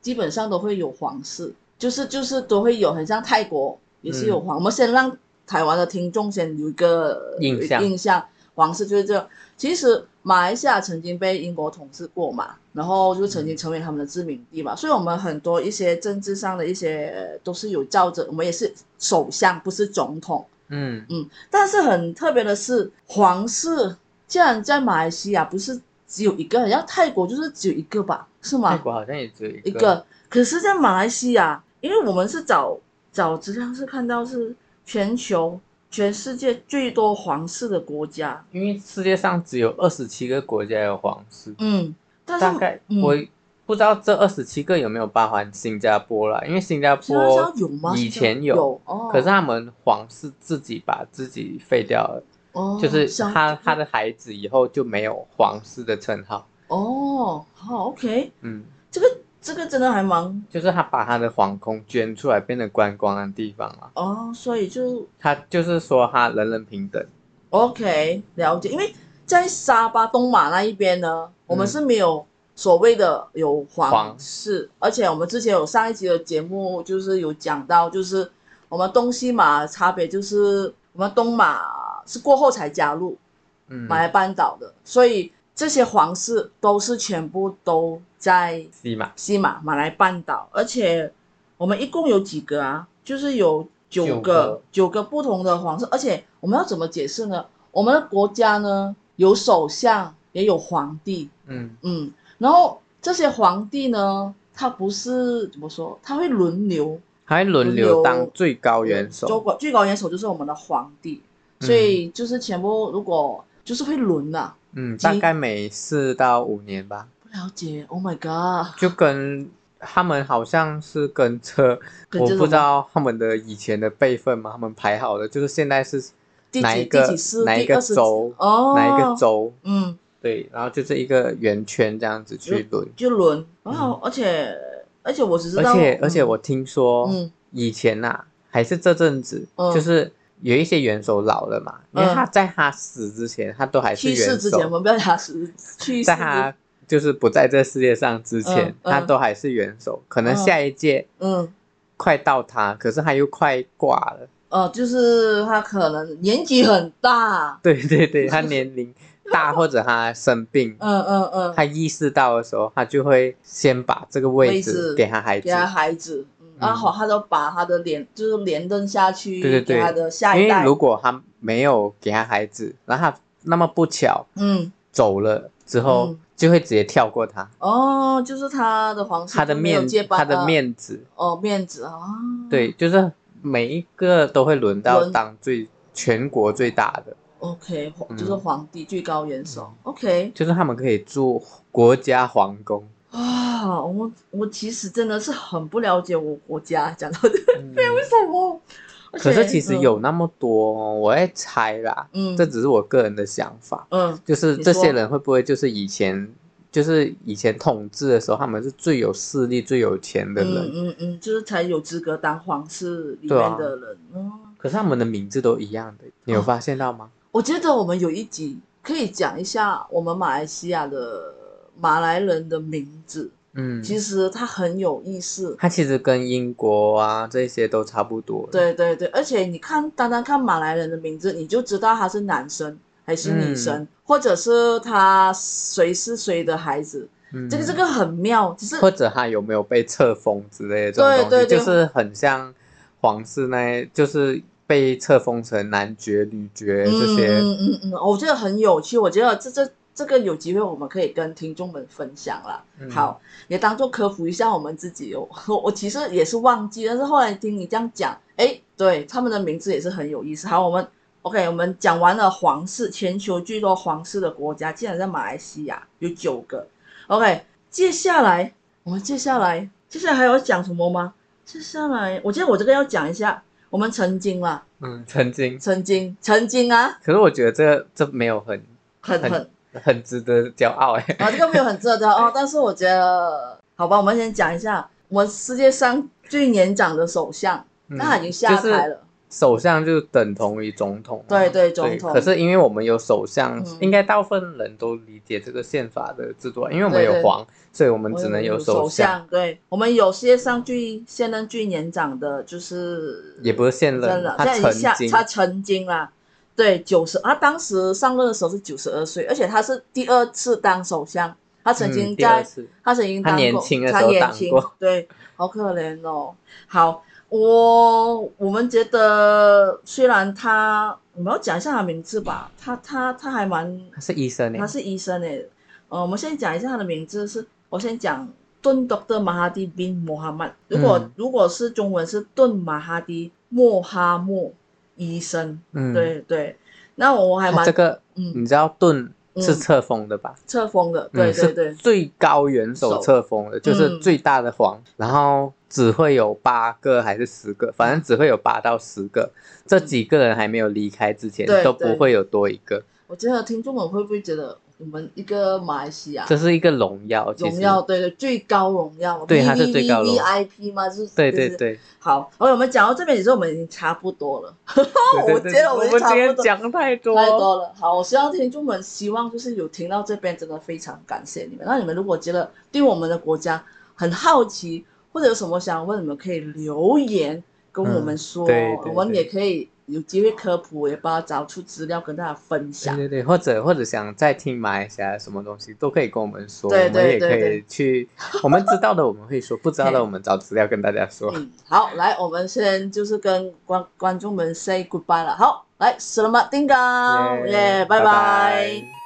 [SPEAKER 2] 基本上都会有皇室，就是就是都会有，很像泰国也是有
[SPEAKER 1] 嗯
[SPEAKER 2] 皇。我们先让台湾的听众先有一个
[SPEAKER 1] 印象
[SPEAKER 2] 有印象皇室就是这样。其实马来西亚曾经被英国统治过嘛，然后就
[SPEAKER 1] 嗯
[SPEAKER 2] 曾经成为他们的殖民地嘛，所以我们很多一些政治上的一些呃都是有照着，我们也是首相，不是总统。
[SPEAKER 1] 嗯
[SPEAKER 2] 但是很特别的是，皇室竟然在马来西亚不是只有一个，要泰国就是只有一个吧，是
[SPEAKER 1] 泰
[SPEAKER 2] 吗？
[SPEAKER 1] 国好像也只有一
[SPEAKER 2] 一个。可是，在马来西亚，因为我们是找找资料是看到是全球全世界最多皇室的国家，
[SPEAKER 1] 因为世界上只有二十七个国家有皇室，
[SPEAKER 2] 嗯，但是
[SPEAKER 1] 大概
[SPEAKER 2] 嗯
[SPEAKER 1] 我不知道这二十七个有没有包含新加坡啦，因为新加
[SPEAKER 2] 新加坡
[SPEAKER 1] 坡
[SPEAKER 2] 有吗？
[SPEAKER 1] 以前
[SPEAKER 2] 有，
[SPEAKER 1] 有，
[SPEAKER 2] 哦，
[SPEAKER 1] 可是他们皇室自己把自己废掉了，
[SPEAKER 2] 哦
[SPEAKER 1] 就是
[SPEAKER 2] 小
[SPEAKER 1] 他他的孩子以后就没有皇室的称号。
[SPEAKER 2] 哦，好，OK，
[SPEAKER 1] 嗯，
[SPEAKER 2] 这个这个真的还蛮
[SPEAKER 1] 就是他把他的皇宫捐出来，变成观光的地方了。
[SPEAKER 2] 哦，所以就
[SPEAKER 1] 他就是说他人人平等，
[SPEAKER 2] OK 了解。因为在沙巴东马那一边呢，我们
[SPEAKER 1] 嗯
[SPEAKER 2] 是没有所谓的有皇
[SPEAKER 1] 皇
[SPEAKER 2] 室，而且我们之前有上一集的节目就是有讲到，就是我们东西马差别就是我们东马是过后才加入
[SPEAKER 1] 嗯，
[SPEAKER 2] 马来半岛的，所以这些皇室都是全部都在
[SPEAKER 1] 西马
[SPEAKER 2] 西马马来半岛，而且我们一共有几个啊？就是有九
[SPEAKER 1] 九
[SPEAKER 2] 个
[SPEAKER 1] 个
[SPEAKER 2] 九个不同的皇室，而且我们要怎么解释呢？我们的国家呢有首相，也有皇帝，
[SPEAKER 1] 嗯
[SPEAKER 2] 嗯，然后这些皇帝呢，他不是怎么说，他会轮流
[SPEAKER 1] 还轮流当最高嗯元
[SPEAKER 2] 最
[SPEAKER 1] 首，
[SPEAKER 2] 高最高元首就是我们的皇帝，所以就是全部如果就是会轮的、
[SPEAKER 1] 嗯，
[SPEAKER 2] 基
[SPEAKER 1] 大概每四到五年吧，
[SPEAKER 2] 不了解，Oh my god，
[SPEAKER 1] 就跟他们好像是跟车，
[SPEAKER 2] 跟
[SPEAKER 1] 我
[SPEAKER 2] 这
[SPEAKER 1] 不
[SPEAKER 2] 种
[SPEAKER 1] 知道他们的以前的辈分嘛，他们排好的，就是现在是
[SPEAKER 2] 第
[SPEAKER 1] 哪
[SPEAKER 2] 几
[SPEAKER 1] 一个
[SPEAKER 2] 第几世
[SPEAKER 1] 哪一
[SPEAKER 2] 第
[SPEAKER 1] 个
[SPEAKER 2] 二十
[SPEAKER 1] 州、
[SPEAKER 2] 哦，
[SPEAKER 1] 哪一个，州，
[SPEAKER 2] 嗯。
[SPEAKER 1] 对，然后就是一个圆圈这样子去轮，
[SPEAKER 2] 就轮，
[SPEAKER 1] 嗯
[SPEAKER 2] 然后而且而且我只知
[SPEAKER 1] 而
[SPEAKER 2] 道，
[SPEAKER 1] 且
[SPEAKER 2] 嗯
[SPEAKER 1] 而且我听说，
[SPEAKER 2] 嗯
[SPEAKER 1] 以前呐、啊还是这阵子，
[SPEAKER 2] 嗯
[SPEAKER 1] 就是有一些元首老了嘛，因为
[SPEAKER 2] 嗯
[SPEAKER 1] 他在他死之前，他都还是
[SPEAKER 2] 去世
[SPEAKER 1] 元
[SPEAKER 2] 之前，我
[SPEAKER 1] 首，
[SPEAKER 2] 们不要 讲是去世
[SPEAKER 1] 在
[SPEAKER 2] 之，
[SPEAKER 1] 他就是不在这世界上之前，
[SPEAKER 2] 嗯嗯
[SPEAKER 1] 他都还是元首，可能下一届
[SPEAKER 2] 嗯
[SPEAKER 1] 快到他，可是他又快挂了，
[SPEAKER 2] 呃，就是他可能年纪很大，
[SPEAKER 1] 对对对，他年龄大或者他生病。
[SPEAKER 2] 嗯嗯
[SPEAKER 1] 他
[SPEAKER 2] 嗯，
[SPEAKER 1] 意识到的时候，他就会先把这个位
[SPEAKER 2] 位置
[SPEAKER 1] 置给他孩子，
[SPEAKER 2] 给他孩子，嗯
[SPEAKER 1] 嗯
[SPEAKER 2] 然后他都把他的连就是连任下去，
[SPEAKER 1] 对对对
[SPEAKER 2] 给他的下一
[SPEAKER 1] 因为
[SPEAKER 2] 代，
[SPEAKER 1] 如果他没有给他孩子，然后他那么不巧
[SPEAKER 2] 嗯
[SPEAKER 1] 走了之后，
[SPEAKER 2] 嗯
[SPEAKER 1] 就会直接跳过他，
[SPEAKER 2] 哦，就是他的皇室
[SPEAKER 1] 他的
[SPEAKER 2] 就没有
[SPEAKER 1] 面
[SPEAKER 2] 接班
[SPEAKER 1] 他的
[SPEAKER 2] 啊
[SPEAKER 1] 面子，
[SPEAKER 2] 哦面子啊，
[SPEAKER 1] 对，就是每一个都会轮到
[SPEAKER 2] 轮
[SPEAKER 1] 当最全国最大的，
[SPEAKER 2] ，OK，
[SPEAKER 1] 嗯
[SPEAKER 2] 就是皇帝最高元首，OK，
[SPEAKER 1] 就是他们可以住国家皇宫，
[SPEAKER 2] 啊，我我其实真的是很不了解我国家，讲到这
[SPEAKER 1] 嗯
[SPEAKER 2] 为什么？而
[SPEAKER 1] 可是
[SPEAKER 2] 且
[SPEAKER 1] 其实有那么多哦，我在猜啦，
[SPEAKER 2] 嗯
[SPEAKER 1] 这只是我个人的想法，
[SPEAKER 2] 嗯
[SPEAKER 1] 就是
[SPEAKER 2] 你
[SPEAKER 1] 这
[SPEAKER 2] 说
[SPEAKER 1] 些人会不会就是以前。就是以前统治的时候，他们是最有势力、最有钱 的
[SPEAKER 2] 嗯
[SPEAKER 1] 人，
[SPEAKER 2] 嗯嗯，就是才有资格当皇室里
[SPEAKER 1] 对啊
[SPEAKER 2] 面的人。嗯，
[SPEAKER 1] 可是他们的名字都一样的，你有
[SPEAKER 2] 哦
[SPEAKER 1] 发现到吗？
[SPEAKER 2] 我觉得我们有一集可以讲一下我们马来西亚的马来人的名字，
[SPEAKER 1] 嗯，
[SPEAKER 2] 其实它很有意思。
[SPEAKER 1] 它其实跟英国啊这些都差不多。，
[SPEAKER 2] 对对对，而且你看，单单看马来人的名字，你就知道他是男生还是
[SPEAKER 1] 嗯
[SPEAKER 2] 女生，或者是他谁是谁的孩子。
[SPEAKER 1] 嗯、
[SPEAKER 2] 这个这，个很妙，只是
[SPEAKER 1] 或者他有没有被册封之类的这种东西，
[SPEAKER 2] 嗯对对对
[SPEAKER 1] 就是很像皇室那，就是被册封成男爵、女爵这些。
[SPEAKER 2] 嗯嗯嗯嗯，我觉得很有趣，我觉得这这这个有机会我们可以跟听众们分享啦。
[SPEAKER 1] 嗯
[SPEAKER 2] 好，也当做科普一下我们自己哦。 我我其实也是忘记，但是后来听你这样讲，哎，对，他们的名字也是很有意思。好，我们 OK，我们讲完了皇室，全球最多皇室的国家，竟然在马来西亚有九个。OK，接下来我们接下来接下来还要讲什么吗？接下来我觉得我这个要讲一下，我们曾经啦，
[SPEAKER 1] 嗯，曾经。
[SPEAKER 2] 曾经曾经啊，
[SPEAKER 1] 可是我觉得这这没有很
[SPEAKER 2] 很
[SPEAKER 1] 很
[SPEAKER 2] 很
[SPEAKER 1] 很值得骄傲 哎、
[SPEAKER 2] 啊，这个没有很值得哦，但是我觉得，好吧，我们先讲一下，我世界上最年长的首相，
[SPEAKER 1] 嗯
[SPEAKER 2] 那他已经下台。
[SPEAKER 1] 就是
[SPEAKER 2] 了，
[SPEAKER 1] 首相就等同于总统嘛，
[SPEAKER 2] 对对总统
[SPEAKER 1] 可是因为我们有首相，
[SPEAKER 2] 嗯
[SPEAKER 1] 应该大部分人都理解这个宪法的制度啊，因为我们
[SPEAKER 2] 对
[SPEAKER 1] 有
[SPEAKER 2] 对
[SPEAKER 1] 皇，所以我们
[SPEAKER 2] 我
[SPEAKER 1] 只能
[SPEAKER 2] 有
[SPEAKER 1] 首
[SPEAKER 2] 首。对，我们有世界上最现任最年长的，就是
[SPEAKER 1] 也不是现
[SPEAKER 2] 真
[SPEAKER 1] 任
[SPEAKER 2] 的，，
[SPEAKER 1] 他
[SPEAKER 2] 现在已
[SPEAKER 1] 曾
[SPEAKER 2] 经下
[SPEAKER 1] 经，
[SPEAKER 2] 他曾经啦，对，九十，他当时上任的时候是九十二岁，而且他是第二次当首相，他曾
[SPEAKER 1] 嗯
[SPEAKER 2] 经
[SPEAKER 1] 第二
[SPEAKER 2] 在
[SPEAKER 1] 次
[SPEAKER 2] 他曾经
[SPEAKER 1] 他
[SPEAKER 2] 当
[SPEAKER 1] 年
[SPEAKER 2] 过
[SPEAKER 1] 轻的
[SPEAKER 2] 他
[SPEAKER 1] 时候
[SPEAKER 2] 年
[SPEAKER 1] 当
[SPEAKER 2] 轻
[SPEAKER 1] 过
[SPEAKER 2] 对，好可怜哦。好，我我们觉得虽然他，我们要讲一下他名字吧，他他他还蛮，
[SPEAKER 1] 他是医生欸
[SPEAKER 2] 他
[SPEAKER 1] 呢，
[SPEAKER 2] 是医生诶。呃，我们先讲一下他的名字是，我先讲顿 Doctor 马哈迪 bin Mohammad，如果、
[SPEAKER 1] 嗯
[SPEAKER 2] 如果是中文是顿马哈迪莫哈默医生，
[SPEAKER 1] 嗯，
[SPEAKER 2] 对对。那我还
[SPEAKER 1] 他
[SPEAKER 2] 蛮
[SPEAKER 1] 哦这个
[SPEAKER 2] 嗯
[SPEAKER 1] 你知道盾
[SPEAKER 2] 嗯
[SPEAKER 1] 是册封的吧？
[SPEAKER 2] 册封的，
[SPEAKER 1] 嗯
[SPEAKER 2] 对对
[SPEAKER 1] 是
[SPEAKER 2] 对，
[SPEAKER 1] 最高元首
[SPEAKER 2] 首
[SPEAKER 1] 册封的，就是
[SPEAKER 2] 嗯
[SPEAKER 1] 最大的皇，然后只会有八个还是十
[SPEAKER 2] 嗯
[SPEAKER 1] 个，反正只会有八到十个。这几个人还没有离开之前
[SPEAKER 2] 对，
[SPEAKER 1] 都不
[SPEAKER 2] 对
[SPEAKER 1] 会有多一个。
[SPEAKER 2] 我觉得听众们会不会觉得我们一个马来西亚
[SPEAKER 1] 这是一个荣耀，其实
[SPEAKER 2] 荣耀，对对，最高荣耀，
[SPEAKER 1] 对它是最高荣耀
[SPEAKER 2] VIP 嘛，就是
[SPEAKER 1] 对对。
[SPEAKER 2] 就是
[SPEAKER 1] 对，
[SPEAKER 2] 好，而我们讲到这边，也是我们已经差不多了，
[SPEAKER 1] 对
[SPEAKER 2] 哦
[SPEAKER 1] 对
[SPEAKER 2] 我
[SPEAKER 1] 对
[SPEAKER 2] 觉得
[SPEAKER 1] 我
[SPEAKER 2] 我已
[SPEAKER 1] 们今
[SPEAKER 2] 经差不
[SPEAKER 1] 天
[SPEAKER 2] 多。
[SPEAKER 1] 讲太多，
[SPEAKER 2] 太多了。好，我希望听众们希望就是有听到这边，真的非常感谢你们。那你们如果觉得对我们的国家很好奇，或者有什么想问，你们可以留言跟我们
[SPEAKER 1] 嗯
[SPEAKER 2] 说，
[SPEAKER 1] 对对
[SPEAKER 2] 我们
[SPEAKER 1] 对
[SPEAKER 2] 也可以有机会科普，也帮他找出资料跟大家分享
[SPEAKER 1] 对。对对，或者或者想再听马来西亚什么东西，都可以跟我们说，
[SPEAKER 2] 对对
[SPEAKER 1] 我
[SPEAKER 2] 对
[SPEAKER 1] 们也可
[SPEAKER 2] 对
[SPEAKER 1] 以去，我们知道的我们会说，不知道的我们找资料跟大家说。
[SPEAKER 2] 嗯，好，来，我们先就是跟观观众们 say goodbye 了。好，来，selamat tinggal，耶，拜拜。
[SPEAKER 1] 拜